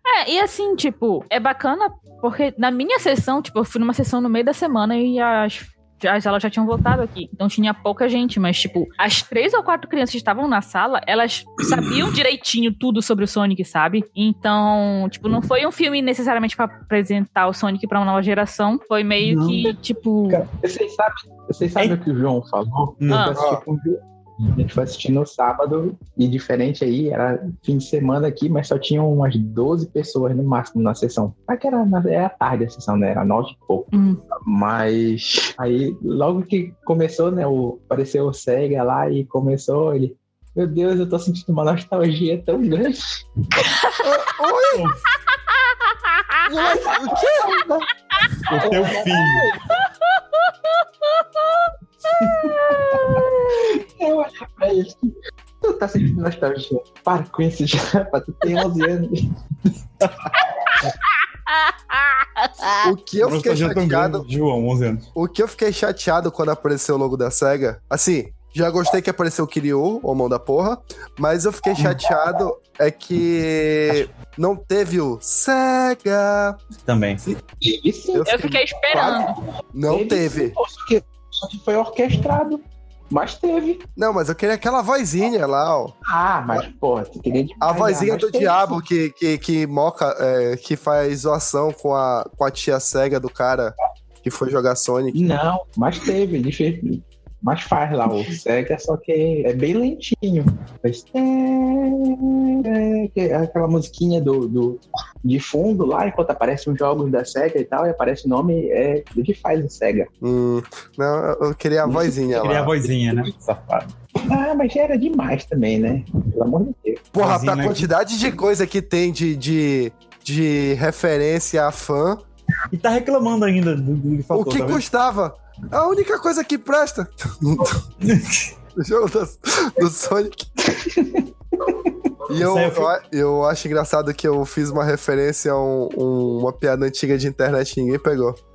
[SPEAKER 4] É, e assim, tipo, é bacana porque na minha sessão, tipo, eu fui numa sessão no meio da semana e as, as aulas já tinham voltado aqui. Então tinha pouca gente, mas, tipo, as três ou quatro crianças que estavam na sala, elas sabiam direitinho tudo sobre o Sonic, sabe? Então, tipo, não foi um filme necessariamente pra apresentar o Sonic pra uma nova geração. Foi meio
[SPEAKER 3] Não.
[SPEAKER 4] que, tipo.
[SPEAKER 5] Cara, Vocês sabem, vocês sabem
[SPEAKER 3] É.
[SPEAKER 5] o que o João falou?
[SPEAKER 3] Hum.
[SPEAKER 5] Eu assisti com o João. A gente foi assistir no sábado, e diferente aí, era fim de semana aqui, mas só tinham umas 12 pessoas no máximo na sessão. Aqui era, na- era tarde a sessão, né? Era nove e pouco.
[SPEAKER 4] Hum.
[SPEAKER 5] Mas aí, logo que começou, né? O, apareceu o Sega lá e começou ele. Meu Deus, eu tô sentindo uma nostalgia tão grande.
[SPEAKER 2] Oi! Oi! O quê?
[SPEAKER 3] O teu
[SPEAKER 2] É,
[SPEAKER 3] filho.
[SPEAKER 5] Eu olhei pra ele assim, tu tá sentindo nostalgia? Para com isso já, rapaz, tu tem 11 anos.
[SPEAKER 4] ah.
[SPEAKER 2] O que eu fiquei
[SPEAKER 3] Nostalgia tão
[SPEAKER 2] chateado.
[SPEAKER 3] grande, João, 11 anos.
[SPEAKER 2] O que eu fiquei chateado quando apareceu o logo da SEGA, assim, já gostei que apareceu o Kiryu, o mão da porra, mas eu fiquei chateado é que não teve o SEGA.
[SPEAKER 3] Também.
[SPEAKER 5] E sim,
[SPEAKER 2] Eu
[SPEAKER 4] Eu fiquei esperando.
[SPEAKER 2] Não teve.
[SPEAKER 5] Só é um que, só que foi orquestrado. Mas teve.
[SPEAKER 2] Não, mas eu queria aquela vozinha lá, ó.
[SPEAKER 5] Ah, mas, pô, tu queria de
[SPEAKER 2] A
[SPEAKER 5] Ah,
[SPEAKER 2] vozinha
[SPEAKER 5] mas
[SPEAKER 2] do
[SPEAKER 5] teve
[SPEAKER 2] diabo
[SPEAKER 5] sim.
[SPEAKER 2] que, que, que moca, é, que faz zoação com a, com a tia SEGA do cara que foi jogar Sonic.
[SPEAKER 5] Não, mas teve. Ele fez, mas faz lá o Sega, só que é bem lentinho. Mas, é, é, é aquela musiquinha do, do, de fundo lá, enquanto aparecem os jogos da SEGA e tal, e aparece o nome é, do que faz o SEGA.
[SPEAKER 2] Hum, não, eu queria a vozinha
[SPEAKER 3] Queria a
[SPEAKER 2] lá.
[SPEAKER 3] vozinha, né? Safado.
[SPEAKER 5] Ah, mas já era demais também, né? Pelo amor de Deus.
[SPEAKER 2] Porra,
[SPEAKER 3] vozinha
[SPEAKER 2] pra
[SPEAKER 3] aqui.
[SPEAKER 2] quantidade de coisa que tem de, de, de referência a fã,
[SPEAKER 3] E tá reclamando ainda do, do que
[SPEAKER 2] O
[SPEAKER 3] faltou.
[SPEAKER 2] que
[SPEAKER 3] tá vendo?
[SPEAKER 2] custava? A única coisa que presta. o jogo da- do Sonic. E eu,
[SPEAKER 3] Isso aí eu fico-
[SPEAKER 2] eu, eu acho engraçado que eu fiz uma referência a um- um- uma piada antiga de internet que ninguém pegou.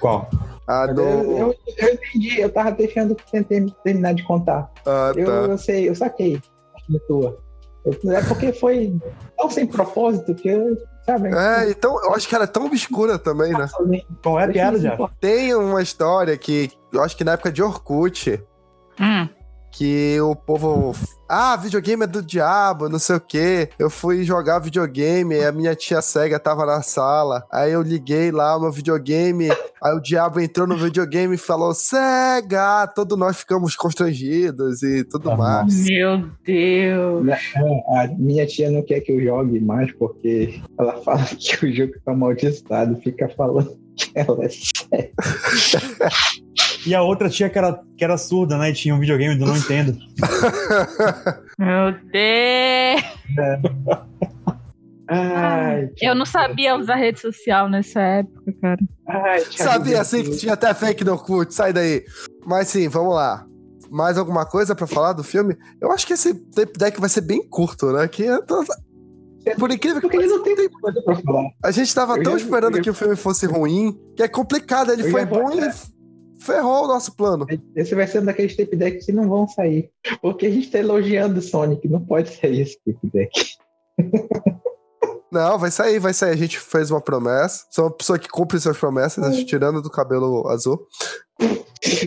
[SPEAKER 3] Qual?
[SPEAKER 2] A
[SPEAKER 5] Eu,
[SPEAKER 2] do.
[SPEAKER 5] eu, eu entendi, eu tava deixando tentei terminar de contar.
[SPEAKER 2] Ah,
[SPEAKER 5] Eu,
[SPEAKER 2] tá.
[SPEAKER 5] eu sei, eu saquei. De tua. Eu- é porque foi tão sem propósito que eu, sabe?
[SPEAKER 2] É, então eu acho que era tão obscura também, né?
[SPEAKER 5] Facilmente.
[SPEAKER 3] Qual é a piada já?
[SPEAKER 2] Tem uma história que eu acho que na época de Orkut,
[SPEAKER 4] Hum.
[SPEAKER 2] que o povo. Ah, videogame é do diabo, não sei o quê. Eu fui jogar videogame, e a minha tia cega tava na sala. Aí eu liguei lá o meu videogame. Aí o diabo entrou no videogame e falou: cega! Todos nós ficamos constrangidos e tudo
[SPEAKER 3] Ah,
[SPEAKER 2] mais.
[SPEAKER 4] Meu Deus.
[SPEAKER 5] A minha tia não quer que eu jogue mais porque ela fala que o jogo tá amaldiçoado, fica falando que ela é séria.
[SPEAKER 3] E a outra tia que era, que era surda, né? E tinha um videogame do Não Entendo.
[SPEAKER 4] Meu Deus.
[SPEAKER 5] Ai,
[SPEAKER 4] Ah, Eu não sabia usar rede social nessa época, cara.
[SPEAKER 5] Ai, tia,
[SPEAKER 2] Sabia
[SPEAKER 5] meu
[SPEAKER 2] assim que
[SPEAKER 5] Deus.
[SPEAKER 2] tinha até fake no curto, sai daí. Mas sim, vamos lá. Mais alguma coisa pra falar do filme? Eu acho que esse tape deck vai ser bem curto, né? Que eu tô- Por incrível que
[SPEAKER 5] Porque ele não tem coisa pra falar.
[SPEAKER 2] A gente tava
[SPEAKER 5] Eu
[SPEAKER 2] tão
[SPEAKER 5] já-
[SPEAKER 2] esperando
[SPEAKER 5] eu-
[SPEAKER 2] que o filme fosse ruim, que é complicado. Ele
[SPEAKER 5] Eu
[SPEAKER 2] foi
[SPEAKER 5] já-
[SPEAKER 2] bom e ele f- ferrou o nosso plano.
[SPEAKER 5] Esse vai ser um daqueles tape decks que não vão sair. Porque a gente tá elogiando o Sonic, não pode sair esse tape deck.
[SPEAKER 2] Não, vai sair, vai sair. A gente fez uma promessa. Sou uma pessoa que cumpre suas promessas, acho, tirando do cabelo azul,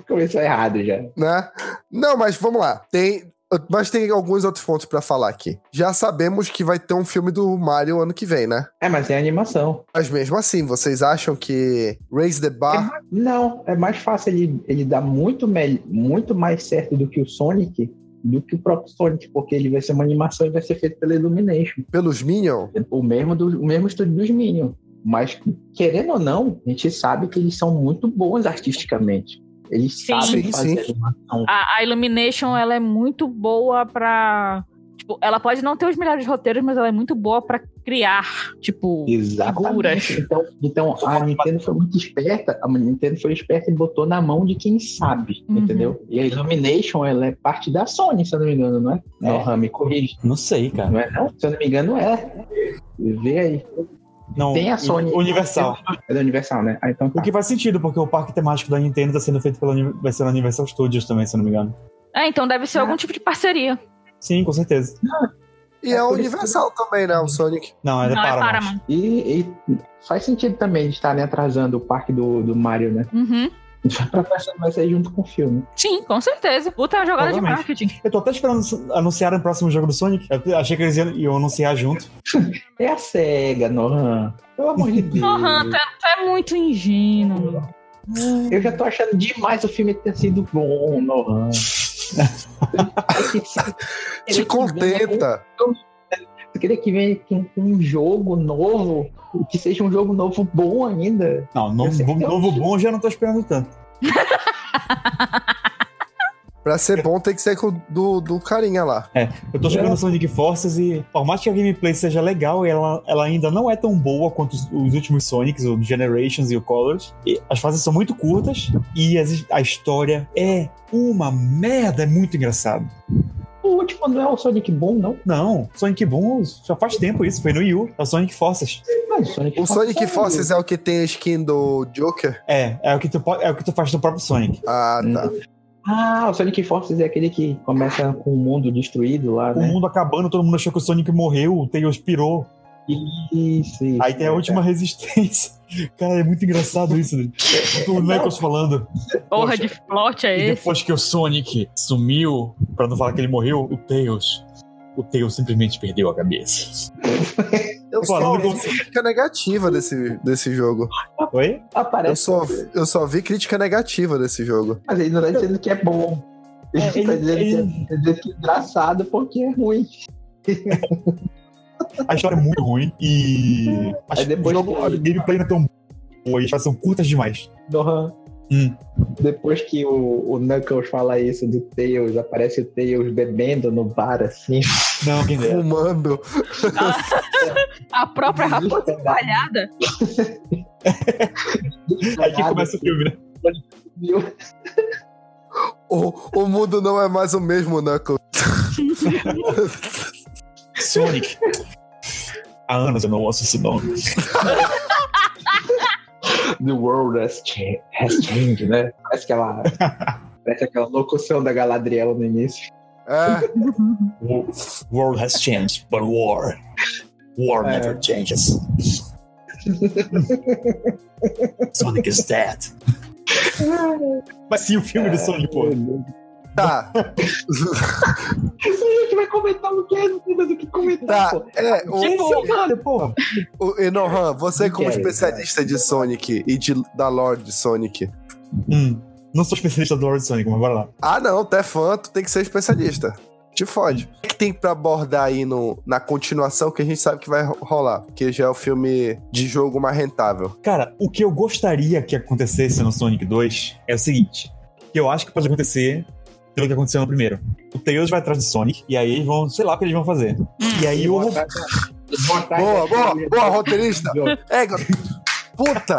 [SPEAKER 5] Começou errado já.
[SPEAKER 2] né? Não, mas vamos lá. Tem, Mas tem alguns outros pontos pra falar aqui. Já sabemos que vai ter um filme do Mario ano que vem, né?
[SPEAKER 5] É, mas é animação.
[SPEAKER 2] Mas mesmo assim, vocês acham que Raise the
[SPEAKER 5] É
[SPEAKER 2] Bar.
[SPEAKER 5] ma- não, é mais fácil ele, ele dar muito, mel- muito mais certo do que o Sonic, do que o próprio Sonic, porque ele vai ser uma animação e vai ser feito pela Illumination.
[SPEAKER 2] pelos Minions?
[SPEAKER 5] o mesmo, do, o mesmo estúdio dos Minions. Mas, querendo ou não, a gente sabe que eles são muito bons artisticamente. Eles
[SPEAKER 4] Sim.
[SPEAKER 5] sabem
[SPEAKER 2] Sim,
[SPEAKER 5] fazer
[SPEAKER 2] sim.
[SPEAKER 5] animação.
[SPEAKER 4] A, a Illumination, ela é muito boa pra. Tipo, ela pode não ter os melhores roteiros, mas ela é muito boa pra criar. Tipo, figuras.
[SPEAKER 5] Exatamente. Então, então, a Nintendo foi muito esperta. A Nintendo foi esperta e botou na mão de quem sabe,
[SPEAKER 4] Uhum.
[SPEAKER 5] entendeu? E a Illumination, ela é parte da Sony, se eu não me engano, não é?
[SPEAKER 3] É.
[SPEAKER 5] Não, Rami, corrige.
[SPEAKER 3] Não sei, cara.
[SPEAKER 5] Não é, não? Se eu não me engano, é. Vê aí.
[SPEAKER 3] Não,
[SPEAKER 5] Tem a Sony.
[SPEAKER 3] Universal.
[SPEAKER 5] É da Universal, né? Ah, então tá.
[SPEAKER 3] O que faz sentido, porque o parque temático da Nintendo tá sendo feito pela, Uni- vai ser na Universal Studios também, se eu não me engano.
[SPEAKER 4] É, então deve ser algum tipo de parceria.
[SPEAKER 3] Sim, com certeza.
[SPEAKER 2] E
[SPEAKER 5] É
[SPEAKER 2] é o
[SPEAKER 5] por isso
[SPEAKER 2] Universal também, né? O Sonic.
[SPEAKER 3] Não, é da
[SPEAKER 4] não, é
[SPEAKER 3] Paramount.
[SPEAKER 4] Paramount.
[SPEAKER 5] E, e faz sentido também de estarem atrasando o parque do, do Mario, né?
[SPEAKER 4] Uhum.
[SPEAKER 5] Pra festa vai sair junto com o filme.
[SPEAKER 4] Sim, com certeza. Puta é uma jogada de
[SPEAKER 3] Provavelmente.
[SPEAKER 4] marketing.
[SPEAKER 3] Eu tô até esperando anunciar o próximo jogo do Sonic. Eu achei que eles iam, iam anunciar junto.
[SPEAKER 5] É a cega, Nohan. Pelo amor de Deus.
[SPEAKER 4] Porra, tu, é, tu é muito ingênuo. meu.
[SPEAKER 5] Eu já tô achando demais o filme ter sido bom, Nohan.
[SPEAKER 2] Te
[SPEAKER 5] né?
[SPEAKER 2] contenta.
[SPEAKER 5] Eu queria que venha com com um jogo novo, que seja um jogo novo bom ainda.
[SPEAKER 3] Não, no-
[SPEAKER 5] Eu sei que
[SPEAKER 3] novo,
[SPEAKER 5] eu-
[SPEAKER 3] bom eu já não tô esperando tanto.
[SPEAKER 2] Pra ser bom, tem que ser com o do, do carinha lá.
[SPEAKER 3] Eu tô jogando Sonic Forces e, por mais que a gameplay seja legal, ela, ela ainda não é tão boa quanto os, os últimos Sonics, o Generations e o Colors. E as fases são muito curtas e as- a história é uma merda, é muito engraçado.
[SPEAKER 5] O último não é o Sonic bom, não.
[SPEAKER 3] Não, Sonic Boom já faz tempo isso, foi no Yu, é o Sonic Forces.
[SPEAKER 5] Mas Sonic
[SPEAKER 2] O Sonic Forces
[SPEAKER 5] Forces
[SPEAKER 2] é o que tem a skin do Joker?
[SPEAKER 3] É, é o que tu, po- é o que tu faz do próprio Sonic.
[SPEAKER 2] Ah, tá.
[SPEAKER 5] Ah, o Sonic Forces é aquele que começa com o mundo destruído lá,
[SPEAKER 3] O
[SPEAKER 5] né?
[SPEAKER 3] mundo acabando, todo mundo achou que o Sonic morreu, o Tails pirou.
[SPEAKER 5] Isso, isso.
[SPEAKER 3] Aí tem a última resistência. Cara, é muito engraçado isso. né? O Knuckles falando. Poxa.
[SPEAKER 4] Porra de plot é
[SPEAKER 3] E
[SPEAKER 4] esse?
[SPEAKER 3] depois que o Sonic sumiu, pra não falar que ele morreu, o Tails. O Tails simplesmente perdeu a cabeça.
[SPEAKER 2] Eu
[SPEAKER 3] Pô,
[SPEAKER 2] só
[SPEAKER 3] não
[SPEAKER 2] vi
[SPEAKER 3] me deu-
[SPEAKER 2] crítica negativa desse, desse jogo.
[SPEAKER 3] Oi?
[SPEAKER 2] Eu
[SPEAKER 5] Aparece.
[SPEAKER 2] só, eu só vi crítica negativa desse jogo.
[SPEAKER 5] Mas ele não tá dizendo que é bom. Ele
[SPEAKER 3] É,
[SPEAKER 5] tá
[SPEAKER 3] ele-
[SPEAKER 5] dizendo,
[SPEAKER 3] ele-
[SPEAKER 5] Que, é, tá dizendo que é engraçado porque é ruim.
[SPEAKER 3] A história é muito ruim e. Acho
[SPEAKER 5] Aí depois
[SPEAKER 3] que o jogo,
[SPEAKER 5] que-
[SPEAKER 3] a gameplay não é tão boa, as fases são curtas demais.
[SPEAKER 5] Dohan.
[SPEAKER 3] Hum.
[SPEAKER 5] Depois que o, o Knuckles fala isso do Tails, aparece o Tails bebendo no bar assim.
[SPEAKER 3] Não, quem dera.
[SPEAKER 2] Fumando.
[SPEAKER 4] A própria raposa
[SPEAKER 5] é
[SPEAKER 4] espalhada.
[SPEAKER 3] Aí que começa o filme, né?
[SPEAKER 5] é Viu?
[SPEAKER 2] O, o mundo não é mais o mesmo, Knuckles.
[SPEAKER 3] Sonic. Há anos eu não ouço esse nome.
[SPEAKER 5] The world has, cha- has changed, né? Parece aquela. Parece aquela locução da Galadriel no início.
[SPEAKER 2] É,
[SPEAKER 3] O World has changed, but war. War
[SPEAKER 5] É.
[SPEAKER 3] never changes. Sonic is dead. Mas sim, o filme do Sonic, pô.
[SPEAKER 2] tá.
[SPEAKER 5] A gente vai comentar o que? Não tem mais o que comentar.
[SPEAKER 2] Tá.
[SPEAKER 5] pô.
[SPEAKER 2] É, o,
[SPEAKER 5] Tipo, cara, pô.
[SPEAKER 2] o Enohan, você como
[SPEAKER 5] Quero,
[SPEAKER 2] especialista de Sonic e de, da lore de Sonic.
[SPEAKER 3] Hum, não sou especialista do Lord Sonic, mas bora lá.
[SPEAKER 2] Ah, não, tu é fã, tu tem que ser especialista. Te fode. O que tem pra abordar aí no, na continuação que a gente sabe que vai ro- rolar? Porque já é o filme de jogo mais rentável.
[SPEAKER 3] Cara, o que eu gostaria que acontecesse no Sonic 2 é o seguinte: que eu acho que pode acontecer pelo que aconteceu no primeiro. O Tails vai atrás do Sonic, e aí eles vão, sei lá o que eles vão fazer. É, E aí o.
[SPEAKER 2] Boa, boa, boa, roteirista. É, gar- puta!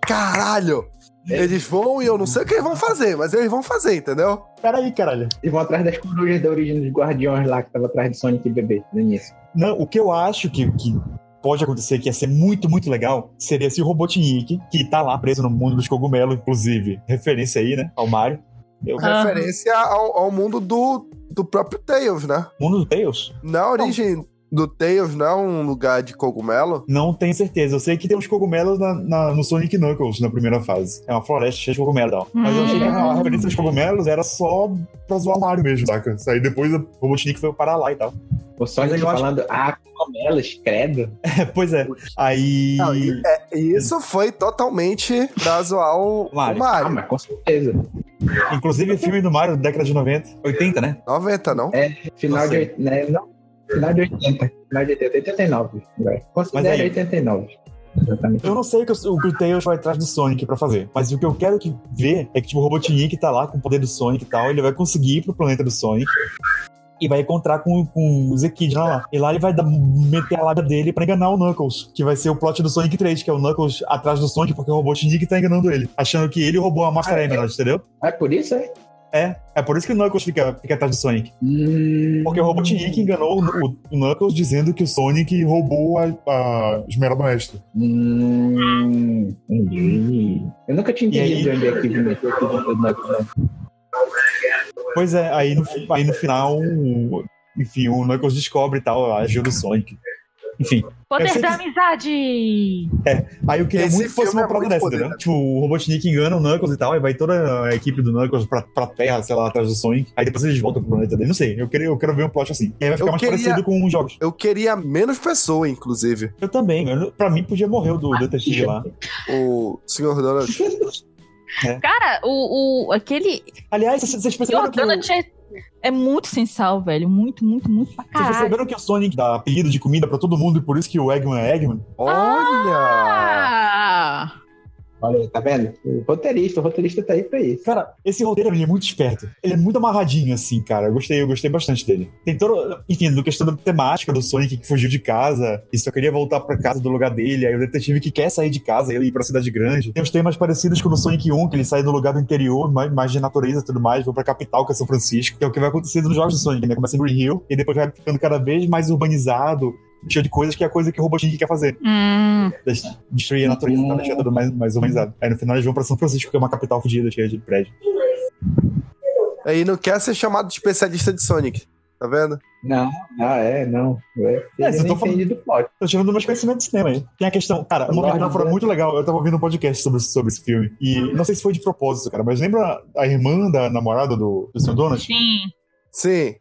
[SPEAKER 2] Caralho! Eles vão e eu não sei o que eles vão fazer, mas eles vão fazer, entendeu?
[SPEAKER 3] Peraí, caralho.
[SPEAKER 5] Eles vão atrás das corujas da origem dos guardiões lá, que tava atrás de Sonic e bebê no início.
[SPEAKER 3] Não, o que eu acho que, que pode acontecer, que ia ser muito, muito legal, seria se o Robotnik, que tá lá preso no mundo dos cogumelos, inclusive, referência aí, né, ao Mario. Eu,
[SPEAKER 4] Ah.
[SPEAKER 2] Referência ao, ao mundo do, do próprio Tails, né?
[SPEAKER 3] mundo do Tails?
[SPEAKER 2] Na origem do Tails não é um lugar de cogumelo?
[SPEAKER 3] Não tenho certeza. Eu sei que tem uns cogumelos na, na- no Sonic Knuckles na primeira fase. É uma floresta cheia de cogumelos. Não. Mas eu
[SPEAKER 4] Hum.
[SPEAKER 3] achei que é a
[SPEAKER 2] Hum.
[SPEAKER 3] referência dos cogumelos era só pra zoar o Mario mesmo, saca? Aí depois o Robotnik foi parar lá e tal.
[SPEAKER 5] O
[SPEAKER 3] Mas
[SPEAKER 5] Sonic
[SPEAKER 3] eu acho-
[SPEAKER 5] falando, ah, comelas, credo.
[SPEAKER 3] É, pois é. Aí.
[SPEAKER 2] Não, e- E isso foi totalmente pra zoar o o Mario.
[SPEAKER 3] Mario.
[SPEAKER 5] Ah, mas com certeza.
[SPEAKER 3] Inclusive o filme do Mario da década de 90. 80, né?
[SPEAKER 2] 90, não?
[SPEAKER 5] Final
[SPEAKER 3] Não
[SPEAKER 5] de,
[SPEAKER 3] sei.
[SPEAKER 5] oit- né, não, final de 80. Final de 80, 89. Né? Considera
[SPEAKER 3] aí-
[SPEAKER 5] 89. Exatamente.
[SPEAKER 3] Eu não sei o que o, o que o Tails vai atrás do Sonic pra fazer, mas o que eu quero que ver é que tipo, o Robotnik tá lá com o poder do Sonic e tal, ele vai conseguir ir pro planeta do Sonic e vai encontrar com, com o Zekidna lá. E lá ele vai dar- meter a lábia dele pra enganar o Knuckles, que vai ser o plot do Sonic 3, que é o Knuckles atrás do Sonic porque o Robotnik tá enganando ele, achando que ele roubou a Master Emerald, entendeu?
[SPEAKER 5] É por isso, é?
[SPEAKER 3] É, é por isso que o Knuckles fica, fica atrás do Sonic.
[SPEAKER 5] Hum,
[SPEAKER 3] Porque o Robotnik enganou o, o Knuckles dizendo que o Sonic roubou a, a Esmeralda Mestre.
[SPEAKER 5] hum, entendi. Eu nunca tinha
[SPEAKER 3] E aí-
[SPEAKER 5] entendido de onde é que vinha esse episódio.
[SPEAKER 3] Pois é, aí no, aí no final, o- enfim, o Knuckles descobre e tal, a ajuda do Sonic. Enfim, Eu
[SPEAKER 4] Poder
[SPEAKER 3] sei
[SPEAKER 4] da
[SPEAKER 3] que-
[SPEAKER 4] amizade!
[SPEAKER 3] aí eu queria
[SPEAKER 2] Esse
[SPEAKER 3] muito que fosse
[SPEAKER 2] filme
[SPEAKER 3] uma
[SPEAKER 2] é
[SPEAKER 3] prova
[SPEAKER 2] muito
[SPEAKER 3] dessa,
[SPEAKER 2] poder,
[SPEAKER 3] entendeu?
[SPEAKER 2] né?
[SPEAKER 3] Tipo, o Robotnik engana o Knuckles e tal, aí vai toda a equipe do Knuckles pra, pra terra, sei lá, atrás do Sonic, aí depois eles voltam pro planeta dele, não sei, eu quero, eu quero ver um plot assim. E aí vai ficar
[SPEAKER 2] Eu
[SPEAKER 3] mais
[SPEAKER 2] queria-
[SPEAKER 3] parecido com os jogos.
[SPEAKER 2] Eu queria menos pessoa, inclusive.
[SPEAKER 3] Eu também, eu, pra mim podia morrer o do do detetive lá.
[SPEAKER 2] O senhor Donald.
[SPEAKER 4] Cara, o, o aquele.
[SPEAKER 3] Aliás, vocês vocês perceberam que o-
[SPEAKER 4] Donut é, é muito sem sal, velho. Muito, muito, muito pra
[SPEAKER 3] vocês
[SPEAKER 4] caralho.
[SPEAKER 3] perceberam que o Sonic dá apelido de comida pra todo mundo e por isso que o Eggman é Eggman?
[SPEAKER 2] Olha!
[SPEAKER 4] Ah!
[SPEAKER 5] Olha aí, tá vendo? O roteirista, o roteirista tá aí pra isso.
[SPEAKER 3] Cara, esse roteiro ele é muito esperto. Ele é muito amarradinho, assim, cara. Eu gostei, eu gostei bastante dele. Tem todo. Enfim, do questão da temática do Sonic que fugiu de casa e só queria voltar pra casa do lugar dele. Aí o detetive que quer sair de casa e ir pra cidade grande. Tem os temas parecidos com o do Sonic 1, que ele sai do lugar do interior, mais, mais de natureza e tudo mais, vai pra capital, que é São Francisco, que é o que vai acontecendo nos jogos do Sonic, né? Começa em Green Hill e depois vai ficando cada vez mais urbanizado. Cheio de coisas que é a coisa que o Robotnik quer fazer.
[SPEAKER 4] Hum.
[SPEAKER 3] Des- Destruir a natureza, tá deixando tudo mais, mais urbanizado. Aí no final eles vão pra São Francisco, que é uma capital fodida, cheia de prédio.
[SPEAKER 2] Aí É, não quer ser chamado de especialista de Sonic. Tá vendo?
[SPEAKER 5] Não, não, é, não. É,
[SPEAKER 3] É,
[SPEAKER 5] eu
[SPEAKER 3] vocês
[SPEAKER 5] não
[SPEAKER 3] tão falando-
[SPEAKER 5] entendi do plot.
[SPEAKER 3] Tô tirando meus conhecimentos de cinema aí. Tem a questão, cara, uma
[SPEAKER 5] Lorde
[SPEAKER 3] metáfora
[SPEAKER 5] Blanc.
[SPEAKER 3] muito legal. Eu tava ouvindo um podcast sobre, sobre esse filme. E não sei se foi de propósito, cara, mas lembra a irmã da namorada do, do Sr. Donald?
[SPEAKER 4] Sim.
[SPEAKER 2] Sim.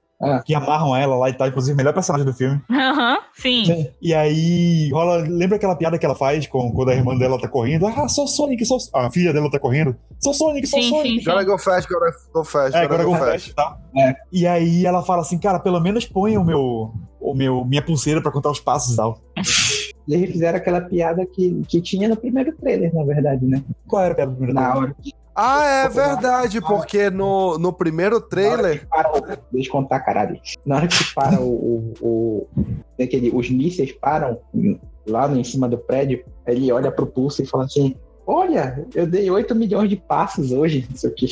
[SPEAKER 3] Que amarram ela lá e tal, inclusive, melhor personagem do filme.
[SPEAKER 4] Aham, sim.
[SPEAKER 3] E aí rola. Lembra aquela piada que ela faz com, quando a irmã dela tá correndo? Ah, sou Sonic, sou. A filha dela tá correndo? Sou Sonic, sou
[SPEAKER 4] Sim,
[SPEAKER 3] Sonic.
[SPEAKER 4] sim, sim.
[SPEAKER 2] Agora go fast, agora go fast,
[SPEAKER 3] É,
[SPEAKER 2] agora
[SPEAKER 3] agora
[SPEAKER 2] go
[SPEAKER 3] com
[SPEAKER 2] fast.
[SPEAKER 3] flash, tá?
[SPEAKER 5] É.
[SPEAKER 3] E aí ela fala assim, cara, pelo menos ponha o meu, o meu, minha pulseira pra contar os passos e tal.
[SPEAKER 5] Eles refizeram aquela piada que, que tinha no primeiro trailer, na verdade, né?
[SPEAKER 3] Qual era a piada do primeiro
[SPEAKER 5] Na
[SPEAKER 3] filme?
[SPEAKER 5] hora que
[SPEAKER 2] Ah, é verdade, porque no, no primeiro trailer.
[SPEAKER 5] para o. Deixa eu contar, caralho. Na hora que para o. o, o- tem aquele, os mísseis param hum, lá em cima do prédio, ele olha pro pulso e fala assim: Olha, eu dei 8 milhões de passos hoje, não sei o que.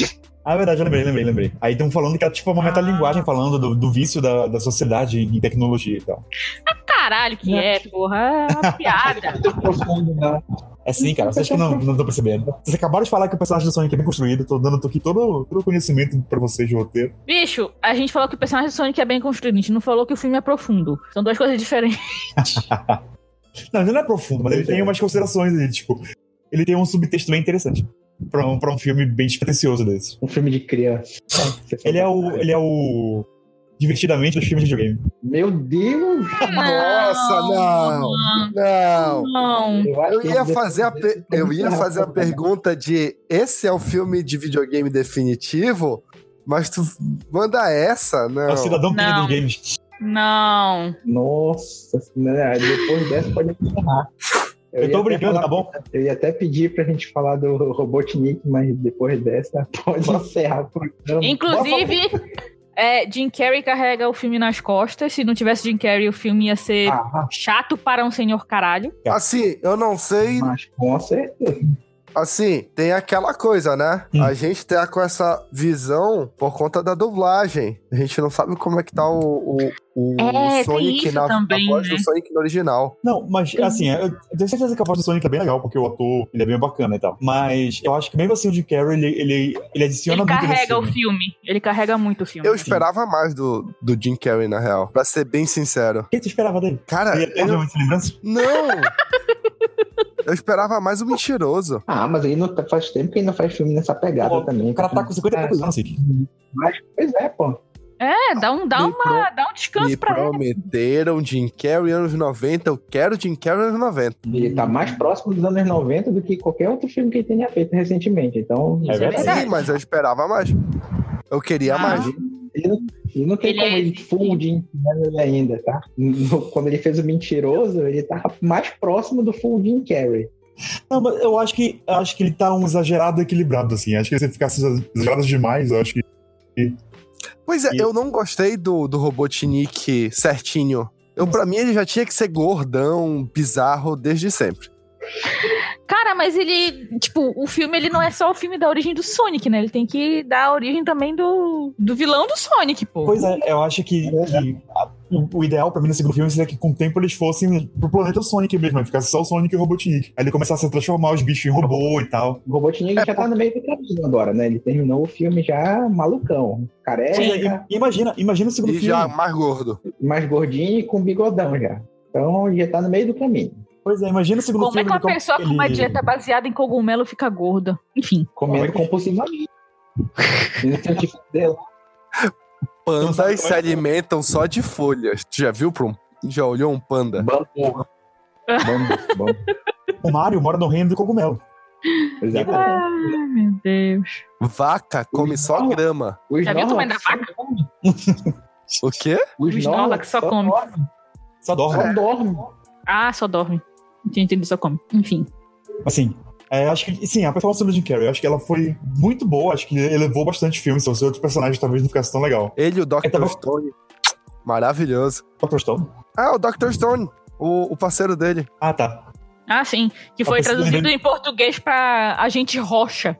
[SPEAKER 3] Ah, é verdade, eu lembrei, lembrei, lembrei. Aí estão falando que é tipo uma metalinguagem falando do, do vício da, da sociedade em tecnologia e tal.
[SPEAKER 4] Caralho, que é, porra. É uma piada.
[SPEAKER 5] profundo, né? não.
[SPEAKER 3] É sim, cara, vocês que não estão percebendo. Vocês acabaram de falar que o personagem do Sonic é bem construído, tô dando tô aqui todo todo o conhecimento pra vocês de roteiro.
[SPEAKER 4] Bicho, a gente falou que o personagem do Sonic é bem construído. A gente não falou que o filme é profundo. São duas coisas diferentes.
[SPEAKER 3] Não, ele não é profundo, mas ele tem umas considerações aí, tipo. Ele tem um subtexto bem interessante. Pra um, pra um filme bem despretensioso desse.
[SPEAKER 5] Um filme de criança. Você
[SPEAKER 3] Ele é
[SPEAKER 5] fala,
[SPEAKER 3] o. Ele é o. Divertidamente dos filmes de videogame.
[SPEAKER 5] Meu Deus!
[SPEAKER 2] Nossa, não! Não!
[SPEAKER 4] Não.
[SPEAKER 5] Eu, acho
[SPEAKER 2] Eu
[SPEAKER 5] que
[SPEAKER 2] ia
[SPEAKER 5] esse-
[SPEAKER 2] fazer a, pe- eu ia fazer a
[SPEAKER 5] né?
[SPEAKER 2] pergunta de esse é o filme de videogame definitivo, mas tu manda essa, né? não.
[SPEAKER 3] É o cidadão Kane
[SPEAKER 4] Não.
[SPEAKER 3] dos games.
[SPEAKER 4] Não.
[SPEAKER 5] Nossa, né? depois dessa pode encerrar.
[SPEAKER 3] Eu,
[SPEAKER 5] ia
[SPEAKER 3] tô
[SPEAKER 5] até
[SPEAKER 3] brincando,
[SPEAKER 5] falar-
[SPEAKER 3] tá bom?
[SPEAKER 5] Eu ia até pedir pra gente falar do Robotnik, mas depois dessa pode encerrar o programa.
[SPEAKER 4] Inclusive, é, Jim Carrey carrega o filme nas costas. Se não tivesse Jim Carrey, o filme ia ser
[SPEAKER 5] Ah,
[SPEAKER 4] chato para um senhor caralho.
[SPEAKER 2] Assim, eu não sei,
[SPEAKER 5] mas com certeza.
[SPEAKER 2] Assim, tem aquela coisa, né?
[SPEAKER 3] Hum.
[SPEAKER 2] A gente tá com essa visão por conta da dublagem. A gente não sabe como é que tá o, o, o
[SPEAKER 4] É, tem
[SPEAKER 2] Sonic
[SPEAKER 4] isso
[SPEAKER 2] na
[SPEAKER 4] também,
[SPEAKER 2] a voz
[SPEAKER 4] né?
[SPEAKER 2] do Sonic no original.
[SPEAKER 3] Não, mas assim, eu eu tenho certeza que a voz do Sonic é bem legal, porque o ator ele é bem bacana e tal. Mas eu acho que mesmo assim o Jim Carrey, ele, ele, ele adiciona
[SPEAKER 4] Ele
[SPEAKER 3] muito nesse
[SPEAKER 4] carrega o
[SPEAKER 3] filme.
[SPEAKER 4] filme. Ele carrega muito o filme.
[SPEAKER 2] Eu esperava mais do, do Jim Carrey, na real. Pra ser bem sincero.
[SPEAKER 3] O que tu esperava dele?
[SPEAKER 2] Cara,
[SPEAKER 3] Ele
[SPEAKER 2] eu...
[SPEAKER 3] eternamente lembrança?
[SPEAKER 2] Não! Eu esperava mais o mentiroso.
[SPEAKER 5] Ah, mas aí não, tá- faz tempo que ele não faz filme nessa pegada
[SPEAKER 3] Pô,
[SPEAKER 5] também.
[SPEAKER 3] O cara tá com 50 e poucos anos, assim.
[SPEAKER 5] Mas, Ah, pois é, pô.
[SPEAKER 4] É, dá um, dá
[SPEAKER 2] Me
[SPEAKER 4] uma, dá um descanso
[SPEAKER 2] Me
[SPEAKER 4] pra ele.
[SPEAKER 2] prometeram Jim Carrey anos 90. Eu quero Jim Carrey anos 90.
[SPEAKER 5] Ele tá mais próximo dos anos 90 do que qualquer outro filme que ele tenha feito recentemente. Então,
[SPEAKER 3] É verdade.
[SPEAKER 2] Sim, mas eu esperava mais. Eu queria
[SPEAKER 4] Ah.
[SPEAKER 2] mais.
[SPEAKER 5] ele não, ele não tem
[SPEAKER 4] Ele
[SPEAKER 5] como
[SPEAKER 4] é
[SPEAKER 5] ele full de Carrey ainda, tá? No- quando ele fez o mentiroso, ele tava mais próximo do full Jim Carrey.
[SPEAKER 3] Não, mas eu acho que eu acho que ele tá um exagerado equilibrado, assim. Acho que se ele ficasse exagerado demais, eu acho que.
[SPEAKER 2] Pois é,
[SPEAKER 3] E-
[SPEAKER 2] eu não gostei do, do Robotnik certinho. Eu, pra mim, ele já tinha que ser gordão, bizarro, desde sempre.
[SPEAKER 4] Cara, mas ele. Tipo, o filme ele não é só o filme da origem do Sonic, né? Ele tem que dar a origem também do, do vilão do Sonic, pô.
[SPEAKER 3] Pois é, eu acho que, que a- o, o ideal pra mim nesse segundo filme seria que com o tempo eles fossem pro planeta Sonic mesmo, aí ficasse só o Sonic e o Robotnik. Aí ele começasse a transformar os bichos em robô e tal.
[SPEAKER 5] O Robotnik já tá no meio do caminho agora, né? Ele terminou o filme já malucão. Careca,
[SPEAKER 3] Pois é, im- imagina, imagina o segundo
[SPEAKER 2] E
[SPEAKER 3] filme.
[SPEAKER 2] já mais gordo.
[SPEAKER 5] mais gordinho e com bigodão já. Então já tá no meio do caminho.
[SPEAKER 3] Pois é, imagina o segundo
[SPEAKER 4] Como é
[SPEAKER 3] filme.
[SPEAKER 4] que uma
[SPEAKER 3] ele com-
[SPEAKER 4] pessoa com uma
[SPEAKER 3] ele-
[SPEAKER 4] dieta baseada em cogumelo fica gorda? Enfim.
[SPEAKER 5] Comendo compulsivamente. é Ele tem que fazer lá.
[SPEAKER 3] Então, sabe
[SPEAKER 2] Pandas
[SPEAKER 3] como é
[SPEAKER 2] se
[SPEAKER 3] que-
[SPEAKER 2] alimentam só de folhas. Tu já viu pra um... Já olhou um panda?
[SPEAKER 5] Bambu. Bambu, bambu.
[SPEAKER 3] O Mario mora no reino do cogumelo.
[SPEAKER 5] Exatamente.
[SPEAKER 4] Ai, meu Deus.
[SPEAKER 2] Vaca come só grama.
[SPEAKER 5] Os
[SPEAKER 4] Já viu o tamanho
[SPEAKER 5] Norlax
[SPEAKER 4] da
[SPEAKER 5] só comem.
[SPEAKER 2] O quê?
[SPEAKER 5] Os
[SPEAKER 4] Os Norlax
[SPEAKER 5] Norlax
[SPEAKER 4] só comem.
[SPEAKER 5] dormem.
[SPEAKER 3] Só né? dorme.
[SPEAKER 5] Só dorme.
[SPEAKER 4] Ah, só dorme. Entendi, ele só come. Enfim.
[SPEAKER 3] Assim, é, acho que, sim, a performance do Jim Carrey, eu acho que ela foi muito boa, acho que elevou bastante o filme, se fosse outro personagem talvez não ficasse tão legal. Tá
[SPEAKER 2] Ele e o Dr.
[SPEAKER 3] É, tá bom.
[SPEAKER 2] Stone. Maravilhoso.
[SPEAKER 3] Dr. Stone?
[SPEAKER 2] Ah, o Dr. Stone. O, o parceiro dele.
[SPEAKER 3] Ah, tá.
[SPEAKER 4] Ah, sim. Que
[SPEAKER 3] Tá
[SPEAKER 4] foi
[SPEAKER 3] precisando
[SPEAKER 4] traduzido em português pra Agente Rocha.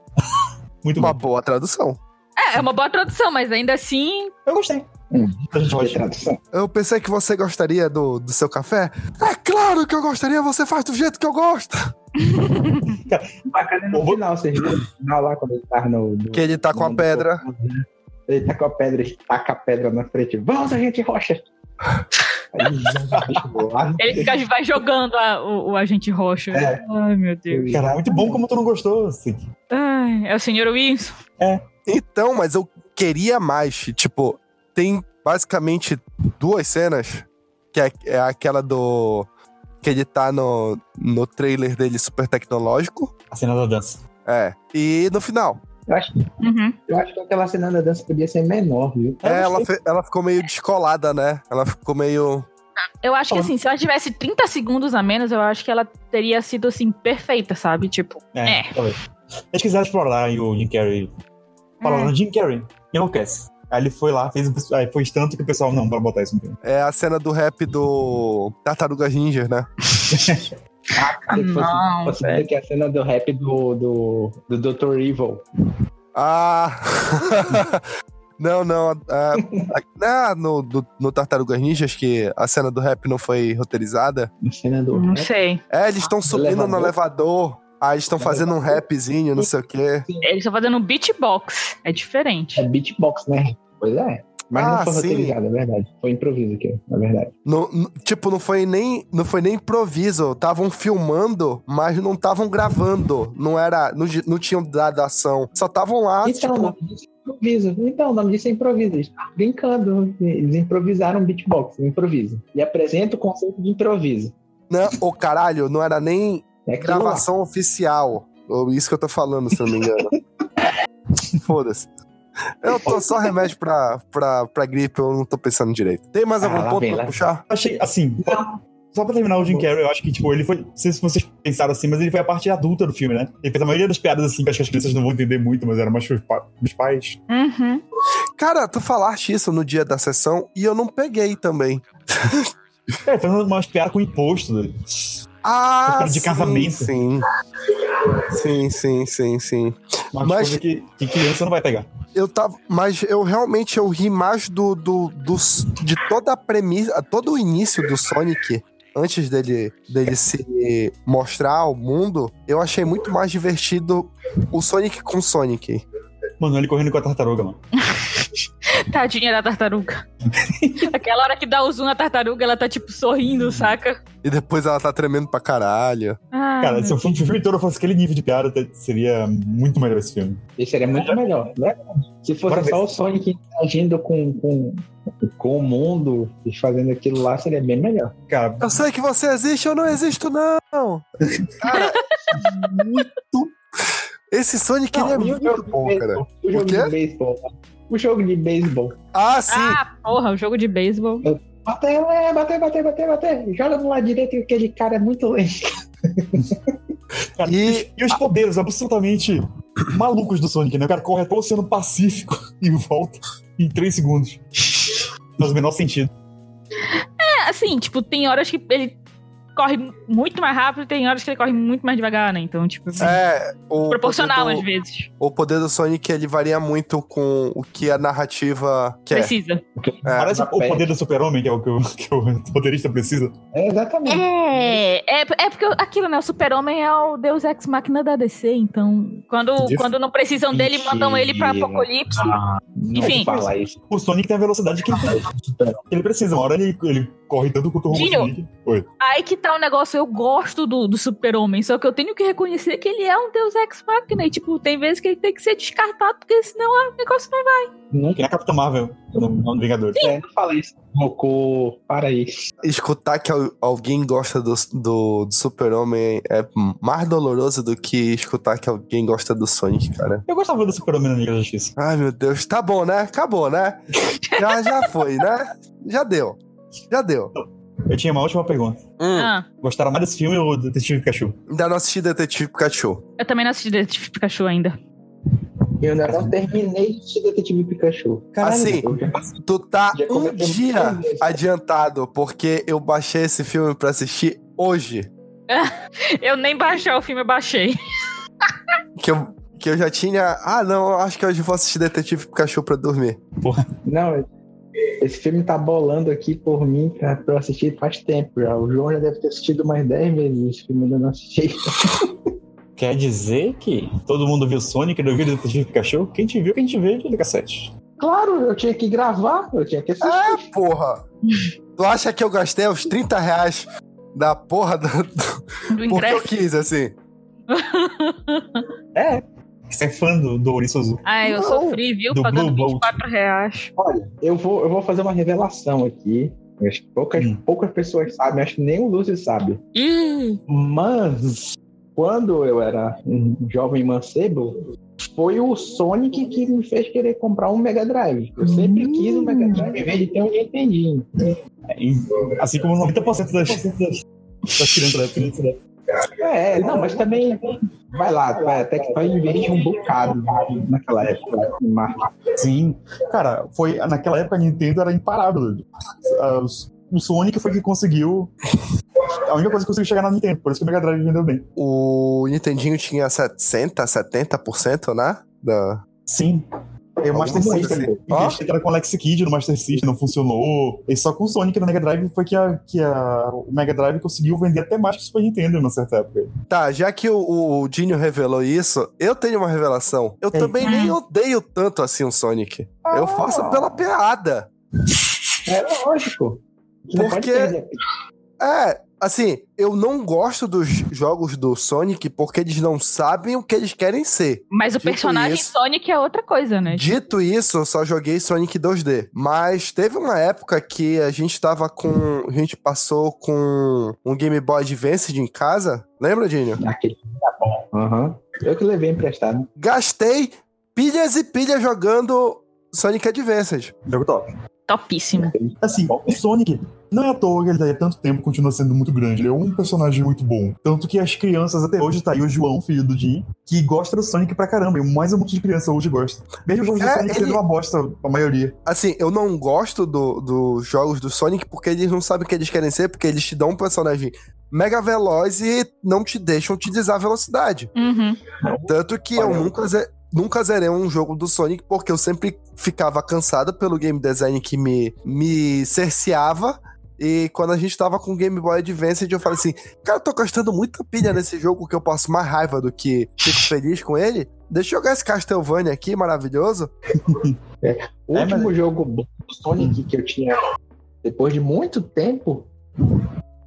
[SPEAKER 3] Muito
[SPEAKER 2] Uma
[SPEAKER 3] bom.
[SPEAKER 2] boa tradução.
[SPEAKER 4] É, é uma boa tradução, mas ainda assim.
[SPEAKER 3] Eu gostei.
[SPEAKER 5] Hum.
[SPEAKER 3] A gente
[SPEAKER 5] De
[SPEAKER 3] pode.
[SPEAKER 5] tradução.
[SPEAKER 2] Eu pensei que você gostaria do, do seu café. É claro que eu gostaria, você faz do jeito que eu gosto.
[SPEAKER 5] Bacana no final, vocês viram no final lá quando ele tá no. no-
[SPEAKER 2] Que ele tá com a
[SPEAKER 5] no-
[SPEAKER 2] pedra.
[SPEAKER 5] Ele tá com a pedra, ele taca a pedra na frente. Vamos, a gente rocha! Aí já
[SPEAKER 4] Ele fica, vai jogando a- o, o Agente Rocha.
[SPEAKER 5] É.
[SPEAKER 4] Ai, meu Deus.
[SPEAKER 3] Cara, é muito bom como tu não gostou, assim.
[SPEAKER 4] Ai, é o senhor Wilson.
[SPEAKER 2] Então, mas eu queria mais. Tipo, tem basicamente duas cenas. Que é, é aquela do. Que ele tá no, no trailer dele super tecnológico.
[SPEAKER 3] A cena da dança.
[SPEAKER 2] É. E no final.
[SPEAKER 5] Eu acho,
[SPEAKER 4] Uhum.
[SPEAKER 5] eu acho que aquela cena da dança podia ser menor, viu?
[SPEAKER 3] Eu
[SPEAKER 2] É, ela,
[SPEAKER 3] gostei.
[SPEAKER 2] fe- ela ficou meio descolada, né? Ela ficou meio.
[SPEAKER 4] Eu acho que
[SPEAKER 3] Bom.
[SPEAKER 4] assim, se ela tivesse 30 segundos a menos, eu acho que ela teria sido assim, perfeita, sabe? Tipo.
[SPEAKER 3] É, talvez. Eles quiseram explorar aí o Jim Carrey.
[SPEAKER 4] Hum.
[SPEAKER 2] né?
[SPEAKER 3] Falaram, Jim Carrey, enlouquece. Aí ele foi lá, fez o pessoal- aí foi tanto que o pessoal, não, bora botar isso no filme.
[SPEAKER 2] É a cena do rap do Tartaruga Ninja, né?
[SPEAKER 4] Ah,
[SPEAKER 5] Se fosse-
[SPEAKER 4] não.
[SPEAKER 5] Você vê que é a cena do rap do, do, do Dr. Evil.
[SPEAKER 2] Ah! não, não. ah, ah, no, do- no Tartarugas Ninjas, que a cena do rap não foi roteirizada.
[SPEAKER 5] A cena do
[SPEAKER 4] Não
[SPEAKER 5] rap.
[SPEAKER 4] sei.
[SPEAKER 2] É, eles estão subindo no elevador. Aí eles estão
[SPEAKER 5] No
[SPEAKER 2] fazendo um
[SPEAKER 5] elevador.
[SPEAKER 2] rapzinho, não sei o quê.
[SPEAKER 4] Eles estão fazendo um beatbox. É diferente.
[SPEAKER 5] É beatbox, né? Pois é. Mas
[SPEAKER 2] Ah,
[SPEAKER 5] não foi
[SPEAKER 2] sim.
[SPEAKER 5] roteirizado, é verdade. Foi improviso aqui, na verdade.
[SPEAKER 2] Não- n- tipo, não foi nem não foi nem improviso. Estavam filmando, mas não estavam gravando. Não era, não, di- não tinham dado ação. Só estavam lá.
[SPEAKER 5] então, o
[SPEAKER 2] tipo,
[SPEAKER 5] nome disso é improviso. Então, o nome disso é improviso. Eles estavam brincando. Eles improvisaram um beatbox, improviso. E apresenta o conceito de improviso.
[SPEAKER 2] né? Ô, caralho, não era nem
[SPEAKER 5] É aquilo lá.
[SPEAKER 2] gravação oficial. Ou Isso que eu tô falando, se eu não me engano. Foda-se. Eu tô só remédio pra, pra, pra gripe, eu não tô pensando direito. Tem mais
[SPEAKER 5] Ah,
[SPEAKER 2] algum
[SPEAKER 5] lá
[SPEAKER 2] ponto
[SPEAKER 5] vem,
[SPEAKER 2] pra
[SPEAKER 5] lá
[SPEAKER 2] puxar?
[SPEAKER 3] Achei, assim, só pra terminar o
[SPEAKER 2] Tá
[SPEAKER 3] Jim Carrey, eu acho que, tipo, ele foi, não sei se vocês pensaram assim, mas ele foi a parte adulta do filme, né? Ele fez a maioria das piadas, assim, que acho que as crianças não vão entender muito, mas era mais pros pa- pros pais.
[SPEAKER 4] Uhum.
[SPEAKER 2] Cara, tu falaste isso no dia da sessão e eu não peguei também.
[SPEAKER 3] É, fez umas piadas com imposto.
[SPEAKER 2] Ah,
[SPEAKER 3] Cara de
[SPEAKER 2] sim,
[SPEAKER 3] casamento.
[SPEAKER 2] Sim. Sim, sim, sim, sim.
[SPEAKER 3] Uma
[SPEAKER 2] Mas-
[SPEAKER 3] coisa que, que criança não vai pegar.
[SPEAKER 2] Eu tava, mas eu realmente eu ri mais do, do, do de toda a premissa, todo o início do Sonic antes dele dele se mostrar ao mundo. Eu achei muito mais divertido o Sonic com Sonic.
[SPEAKER 3] Mano, ele correndo com a tartaruga, mano.
[SPEAKER 4] Tadinha da tartaruga. Aquela hora que dá o zoom na tartaruga, ela tá tipo
[SPEAKER 2] Hum.
[SPEAKER 4] sorrindo, saca?
[SPEAKER 2] E depois ela tá tremendo pra caralho.
[SPEAKER 4] Ai,
[SPEAKER 3] Cara,
[SPEAKER 4] Ah, meu
[SPEAKER 3] se eu fosse o filme todo, eu fosse aquele nível de piada, até seria muito melhor esse filme.
[SPEAKER 5] Esse seria muito melhor, né? Se fosse
[SPEAKER 3] Bora ver
[SPEAKER 5] só o Sonic interagindo com, com, com o mundo e fazendo aquilo lá, seria bem melhor.
[SPEAKER 3] Cara,
[SPEAKER 2] Eu sei que você existe, eu não existo não. Cara, muito esse Sonic ele é
[SPEAKER 5] e o jogo
[SPEAKER 2] muito
[SPEAKER 5] de
[SPEAKER 2] bom, cara.
[SPEAKER 5] beisebol? O jogo
[SPEAKER 2] O quê?
[SPEAKER 5] de beisebol. né? O jogo de beisebol.
[SPEAKER 2] Ah, sim.
[SPEAKER 4] Ah, porra, o jogo de beisebol.
[SPEAKER 5] Bater, é, bater, bater, bater, bater. Joga no lado direito que aquele cara é muito lento.
[SPEAKER 3] cara,
[SPEAKER 2] E-
[SPEAKER 3] e... os, e os poderes absolutamente malucos do Sonic, né? O cara corre até o Oceano Pacífico e volta em 3 segundos. Faz o menor sentido.
[SPEAKER 4] É, assim, tipo, tem horas que ele corre muito mais rápido, tem horas que ele corre muito mais devagar, né? Então, tipo,
[SPEAKER 2] É, o
[SPEAKER 4] proporcional
[SPEAKER 2] poder do-
[SPEAKER 4] às vezes.
[SPEAKER 2] O poder do Sonic ele varia muito com o que a narrativa quer.
[SPEAKER 4] Precisa.
[SPEAKER 2] É,
[SPEAKER 3] Parece o
[SPEAKER 5] papel.
[SPEAKER 3] poder do super-homem, que é o que o, que o roteirista precisa.
[SPEAKER 5] É, exatamente.
[SPEAKER 4] É, é, é porque aquilo, né? O super-homem é o deus ex-máquina da DC, então. Quando,
[SPEAKER 2] De-
[SPEAKER 4] quando não precisam dele, mandam ele pra
[SPEAKER 5] Mentira.
[SPEAKER 4] Apocalipse.
[SPEAKER 5] Não
[SPEAKER 4] Enfim.
[SPEAKER 5] fala isso.
[SPEAKER 3] O Sonic tem a velocidade que ele, que ele precisa. Uma hora ele, ele corre tanto quanto o robô
[SPEAKER 4] Dinho.
[SPEAKER 3] Sonic. Oi.
[SPEAKER 4] Aí que tá o negócio, eu gosto do, do super-homem, só que eu tenho que reconhecer que ele é um deus ex-máquina. E, tipo, tem vezes que ele tem que ser descartado, porque senão o negócio não
[SPEAKER 5] Não,
[SPEAKER 3] Que nem a Capitã Marvel, no, no Vingadores.
[SPEAKER 5] é, não fala isso. Goku, para isso.
[SPEAKER 2] Escutar que al- alguém gosta do, do, do Super-Homem é mais doloroso do que escutar que alguém gosta do Sonic, cara.
[SPEAKER 3] Eu gostava do super-homem na Liga da Justiça.
[SPEAKER 2] Ai, meu Deus. Tá bom, né? Acabou, né? Já, já foi, né? Já deu. Já deu.
[SPEAKER 3] Eu tinha uma última pergunta.
[SPEAKER 2] Hum,
[SPEAKER 4] Ah,
[SPEAKER 3] Gostaram mais desse filme ou do Detetive Pikachu?
[SPEAKER 2] Ainda não assisti Detetive Pikachu.
[SPEAKER 4] eu também não assisti Detetive Pikachu ainda.
[SPEAKER 5] Eu ainda não terminei de Detetive Pikachu.
[SPEAKER 2] Assim,
[SPEAKER 5] eu já-
[SPEAKER 2] tu tá
[SPEAKER 5] já
[SPEAKER 2] um
[SPEAKER 5] cometemos
[SPEAKER 2] dia
[SPEAKER 5] três vezes.
[SPEAKER 2] adiantado, porque eu baixei esse filme pra assistir hoje.
[SPEAKER 4] Eu nem baixei o filme, eu baixei.
[SPEAKER 2] Que eu, que eu já tinha. Ah, não, eu acho que hoje eu vou assistir Detetive Pikachu pra dormir.
[SPEAKER 5] Não, esse filme tá bolando aqui por mim pra pra eu assistir faz tempo já. O João já deve ter assistido mais 10 vezes esse filme, eu ainda não assisti.
[SPEAKER 3] Quer dizer que todo mundo viu Sonic e não viu Detetive Pikachu? Quem te viu, quem te vê, de cassete.
[SPEAKER 5] Claro, eu tinha que gravar, eu tinha que
[SPEAKER 2] Ah,
[SPEAKER 5] assistir.
[SPEAKER 2] porra! tu acha que eu gastei os 30 reais da porra do, do,
[SPEAKER 4] Do
[SPEAKER 2] porque eu
[SPEAKER 4] ingresso.
[SPEAKER 2] quis, assim?
[SPEAKER 3] É. Você é fã do, do Ouriço Azul.
[SPEAKER 4] Ah, eu
[SPEAKER 5] Não.
[SPEAKER 4] sofri, viu?
[SPEAKER 3] Do
[SPEAKER 4] Pagando
[SPEAKER 3] Blue Bolt.
[SPEAKER 4] 24 reais.
[SPEAKER 5] Olha, eu vou, eu vou fazer uma revelação aqui. Eu Acho que poucas,
[SPEAKER 3] Hum.
[SPEAKER 5] poucas pessoas sabem, acho que nem o Lúcio sabe.
[SPEAKER 4] Ih,
[SPEAKER 5] Mas quando eu era um jovem mancebo, foi o Sonic que me fez querer comprar um Mega Drive. Eu sempre quis um Mega Drive, em vez de ter um Nintendinho.
[SPEAKER 3] É, e- assim como 90% das, das crianças da época.
[SPEAKER 5] É, não, mas também vai lá, vai, até que vai investir um bocado naquela época né, em marketing.
[SPEAKER 3] Sim. Cara, foi, naquela época a Nintendo era imparável. Ah, os- O Sonic foi que conseguiu. A única coisa que conseguiu chegar na Nintendo, por isso que o Mega Drive vendeu bem.
[SPEAKER 2] O Nintendinho tinha 70, 70%, né? Da...
[SPEAKER 3] Sim. E o Master
[SPEAKER 2] coisa
[SPEAKER 3] System.
[SPEAKER 2] assim.
[SPEAKER 3] Ó. Entraram com o Alex Kidd no Master System, não funcionou. E só com o Sonic no Mega Drive foi que, a, que a, o Mega Drive conseguiu vender até mais que o Super Nintendo numa certa época.
[SPEAKER 2] Tá, já que o, o, o Dinho revelou isso, eu tenho uma revelação. Eu
[SPEAKER 3] Ei.
[SPEAKER 2] também nem odeio tanto assim o Sonic. Eu faço pela piada.
[SPEAKER 5] É lógico. Você não pode
[SPEAKER 2] Porque-
[SPEAKER 5] perder.
[SPEAKER 2] É, assim, eu não gosto dos jogos do Sonic porque eles não sabem o que eles querem ser.
[SPEAKER 4] mas o
[SPEAKER 2] Dito
[SPEAKER 4] personagem
[SPEAKER 2] isso-
[SPEAKER 4] Sonic é outra coisa, né?
[SPEAKER 2] Dito isso, eu só joguei Sonic 2D. Mas teve uma época que a gente tava com. A gente passou com um Game Boy Advance em casa. Lembra, Dinho?
[SPEAKER 5] Aquele tá bom. Aham. Eu que levei emprestado.
[SPEAKER 2] Gastei pilhas e pilhas jogando Sonic Advance.
[SPEAKER 3] Jogo top.
[SPEAKER 4] Topíssimo.
[SPEAKER 3] Assim, o Sonic não é à toa que ele há tanto tempo continua sendo muito grande. Ele é um personagem muito bom. Tanto que as crianças até hoje, tá aí o João, filho do Jim, que gosta do Sonic pra caramba. E mais um monte de criança hoje gosta. Mesmo os jogos
[SPEAKER 2] É,
[SPEAKER 3] do Sonic
[SPEAKER 2] ele-
[SPEAKER 3] sendo uma bosta, a maioria.
[SPEAKER 2] Assim, eu não gosto do- dos jogos do Sonic porque eles não sabem o que eles querem ser, porque eles te dão um personagem mega veloz e não te deixam utilizar a velocidade.
[SPEAKER 4] Uhum.
[SPEAKER 2] Tanto que
[SPEAKER 5] Olha.
[SPEAKER 2] eu nunca, ze- nunca zerei um jogo do Sonic porque eu sempre ficava cansado pelo game design que me, me cerceava. E quando a gente tava com o Game Boy Advance, eu falei assim: Cara, eu tô gastando muita pilha nesse jogo que eu passo mais raiva do que fico feliz com ele. Deixa eu jogar esse Castlevania aqui, maravilhoso.
[SPEAKER 5] O
[SPEAKER 3] É,
[SPEAKER 5] último jogo bom do Sonic que eu tinha, depois de muito tempo,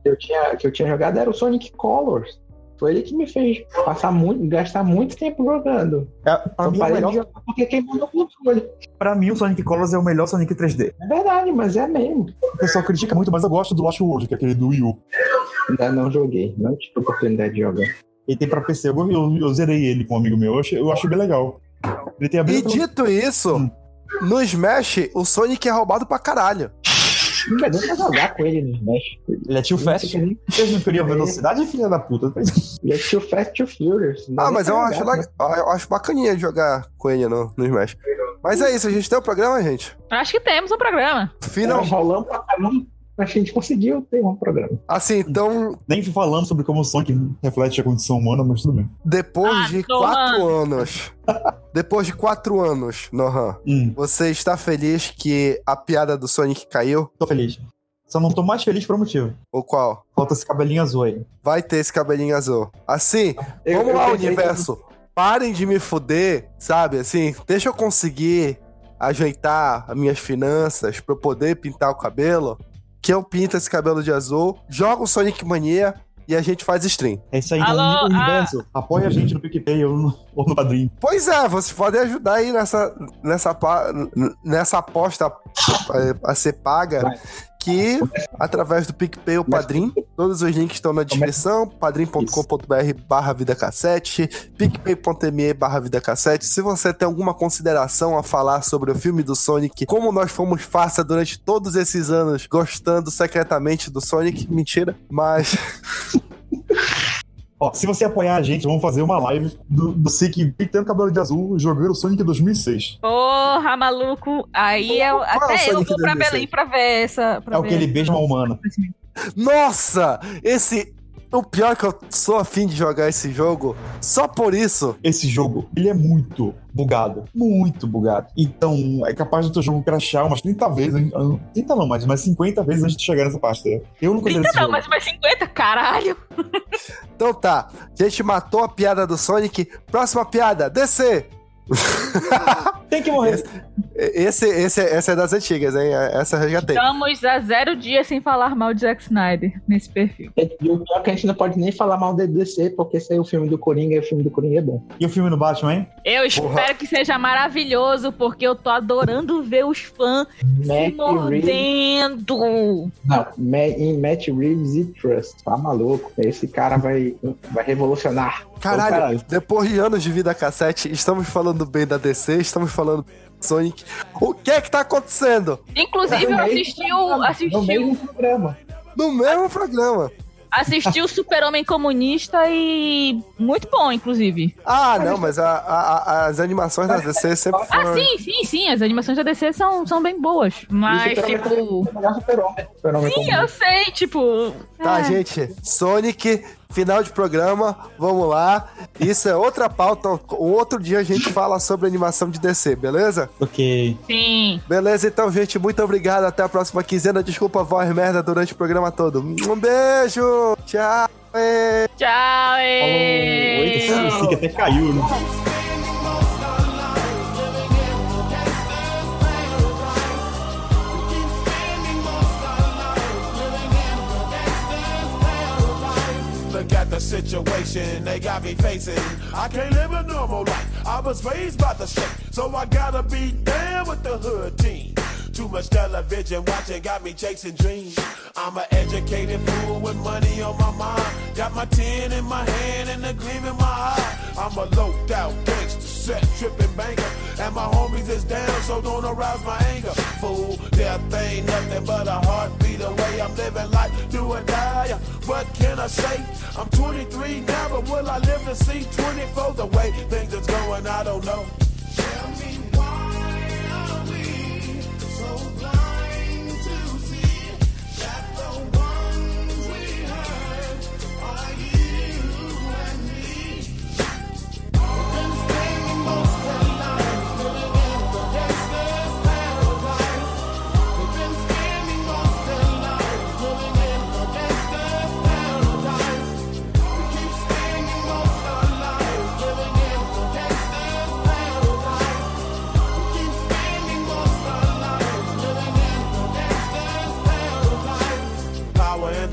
[SPEAKER 5] que eu tinha, que eu tinha jogado era o Sonic Colors. Foi ele que me fez passar muito, gastar muito tempo jogando.
[SPEAKER 3] É, pra,
[SPEAKER 5] Eu
[SPEAKER 3] mim, o
[SPEAKER 5] parei de
[SPEAKER 3] melhor,
[SPEAKER 5] jogar porque queimou meu controle.
[SPEAKER 3] pra mim, o Sonic Colors é o melhor Sonic 3D.
[SPEAKER 5] É verdade, mas é mesmo.
[SPEAKER 3] O pessoal critica muito, mas eu gosto do Lost World, que é aquele do Wii U.
[SPEAKER 5] Ainda não joguei, não tive oportunidade de jogar.
[SPEAKER 3] Ele tem pra PC. Eu, eu, eu zerei ele com um amigo meu. Eu achei, eu achei bem legal. Ele tem a
[SPEAKER 2] E
[SPEAKER 3] mesma-
[SPEAKER 2] dito isso,
[SPEAKER 3] Hum.
[SPEAKER 2] no Smash, o Sonic é roubado pra caralho.
[SPEAKER 5] Não dá nem pra jogar com ele no Smash.
[SPEAKER 3] Ele é too fast. Vocês não queriam velocidade, filha da puta?
[SPEAKER 5] E é Too Fast, Too Furious. Não dá
[SPEAKER 2] Ah,
[SPEAKER 5] nem
[SPEAKER 2] mas
[SPEAKER 5] pra
[SPEAKER 2] eu
[SPEAKER 5] jogar,
[SPEAKER 2] acho,
[SPEAKER 5] né?
[SPEAKER 2] lega- eu acho bacaninha jogar com ele no, no Smash. Mas é isso, a gente tem o programa, gente?
[SPEAKER 4] Acho que temos um programa.
[SPEAKER 2] Final,
[SPEAKER 5] Nós rolamos pra caramba, mas a gente conseguiu ter um programa.
[SPEAKER 2] Assim, então,
[SPEAKER 3] Nem falamos sobre como o Sonic reflete a condição humana, mas tudo bem.
[SPEAKER 2] depois
[SPEAKER 4] Ah,
[SPEAKER 2] de
[SPEAKER 4] tô
[SPEAKER 2] quatro anos. Depois de quatro anos, Nohan,
[SPEAKER 3] Hum,
[SPEAKER 2] você está feliz que a piada do Sonic caiu?
[SPEAKER 3] tô feliz. Só não tô mais feliz por um motivo.
[SPEAKER 2] Ou qual?
[SPEAKER 3] Falta esse cabelinho azul aí.
[SPEAKER 2] Vai ter esse cabelinho azul. Assim, vamos lá,
[SPEAKER 5] pensei
[SPEAKER 2] universo. Parem de me fuder, sabe? Assim, deixa eu conseguir ajeitar as minhas finanças pra eu poder pintar o cabelo. Que eu pinto esse cabelo de azul, jogo o Sonic Mania e a gente faz stream.
[SPEAKER 3] É isso aí,
[SPEAKER 4] Alô,
[SPEAKER 3] então,
[SPEAKER 4] ah.
[SPEAKER 3] universo. Apoia a gente no PicPay ou no, ou no Padrim.
[SPEAKER 2] Pois é, vocês podem ajudar aí nessa, nessa, pa- n- nessa aposta eh, a ser paga, que através do PicPay ou Padrim, todos os links estão na descrição, padrim.com.br barra vida cassete, picpay.me barra vida cassete. Se você tem alguma consideração a falar sobre o filme do Sonic, como nós fomos farsa durante todos esses anos, gostando secretamente do Sonic, mentira, mas
[SPEAKER 3] Ó, se você apoiar a gente, vamos fazer uma live do, do Sick pintando cabelo de azul jogando Sonic 2006.
[SPEAKER 4] Porra, maluco. Aí eu,
[SPEAKER 2] Qual é o
[SPEAKER 4] até eu
[SPEAKER 2] Sonic
[SPEAKER 4] vou pra
[SPEAKER 2] 2006?
[SPEAKER 4] Belém pra ver essa. Pra
[SPEAKER 3] É o
[SPEAKER 4] ver
[SPEAKER 3] que ele beija uma humana.
[SPEAKER 2] Nossa, esse. O pior é que eu sou afim de jogar esse jogo só por isso.
[SPEAKER 3] Esse jogo, ele é muito bugado. Muito bugado. Então, é capaz do teu jogo crashar umas 30 vezes. hein? Ah, 30 não, mas umas 50 vezes antes de chegar nessa parte. né? Eu nunca zerei
[SPEAKER 4] 30
[SPEAKER 3] esse
[SPEAKER 4] não,
[SPEAKER 3] jogo.
[SPEAKER 4] mas mais 50, caralho.
[SPEAKER 2] Então tá, a gente matou a piada do Sonic. Próxima piada, DC!
[SPEAKER 3] Tem que morrer.
[SPEAKER 2] Esse, esse, essa é das antigas, hein? Essa eu resgatei.
[SPEAKER 4] Estamos a zero dias sem falar mal de Zack Snyder nesse perfil.
[SPEAKER 5] E o pior é que a gente não pode nem falar mal do DC, porque saiu o filme do Coringa e o filme do Coringa é bom.
[SPEAKER 3] E o filme do Batman, hein?
[SPEAKER 4] Eu espero
[SPEAKER 2] Porra.
[SPEAKER 4] que seja maravilhoso, porque eu tô adorando ver os fãs se
[SPEAKER 5] Matt Reeves.
[SPEAKER 4] mordendo.
[SPEAKER 5] Não, Ma- em Matt Reeves e Trust. Tá maluco? Esse cara vai, vai revolucionar. Ô,
[SPEAKER 2] Caralho,
[SPEAKER 5] caralho.
[SPEAKER 2] depois de anos de vida cassete, estamos falando bem da DC, estamos falando bem do Sonic. O que é que tá acontecendo?
[SPEAKER 4] Inclusive, eu
[SPEAKER 5] No mesmo
[SPEAKER 4] assisti o,
[SPEAKER 5] programa,
[SPEAKER 4] assisti
[SPEAKER 5] No
[SPEAKER 4] o-
[SPEAKER 5] É mesmo programa.
[SPEAKER 2] No mesmo programa.
[SPEAKER 4] assisti o Super-Homem Comunista e. Muito bom, inclusive.
[SPEAKER 2] Ah, não, mas a- a- a- as animações da DC sempre
[SPEAKER 4] Ah,
[SPEAKER 2] foram.
[SPEAKER 4] sim, sim, sim. As animações da DC são, são bem boas.
[SPEAKER 5] E
[SPEAKER 4] Mas,
[SPEAKER 5] o Super-Homem
[SPEAKER 4] tipo.
[SPEAKER 5] É o melhor super-homem. Super-homem
[SPEAKER 4] Sim,
[SPEAKER 5] comum.
[SPEAKER 4] eu sei, tipo.
[SPEAKER 2] Tá,
[SPEAKER 4] é.
[SPEAKER 2] gente? Sonic, final de programa, vamos lá. Isso é outra pauta. um Outro dia a gente fala sobre animação de DC, beleza?
[SPEAKER 3] Ok.
[SPEAKER 4] Sim.
[SPEAKER 2] Beleza, então, gente, muito obrigado. Até a próxima quinzena. Desculpa a voz merda durante o programa todo. Um beijo! Tchau! ê.
[SPEAKER 4] Tchau,
[SPEAKER 3] Falou.
[SPEAKER 4] e...
[SPEAKER 3] Eita, o Sick até caiu, né?
[SPEAKER 6] Look at the situation they got me facing. I can't live a normal life. I was raised by the shit, so I gotta be down with the hood team. Too much television watching got me chasing dreams. I'm an educated fool with money on my mind. Got my tin in my hand and a gleam in my eye. I'm a loped out gangster, set tripping banker. And my homies is down, so don't arouse my anger. Fool, death ain't nothing but a heartbeat away. I'm living life do or die. What can I say? I'm 23 now, but will I live to see 24? The way things is going, I don't know. Tell me why are we so blind to see that the ones we hurt and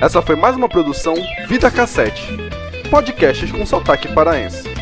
[SPEAKER 7] Essa foi mais uma produção Vida Cassete, podcasts com sotaque paraense.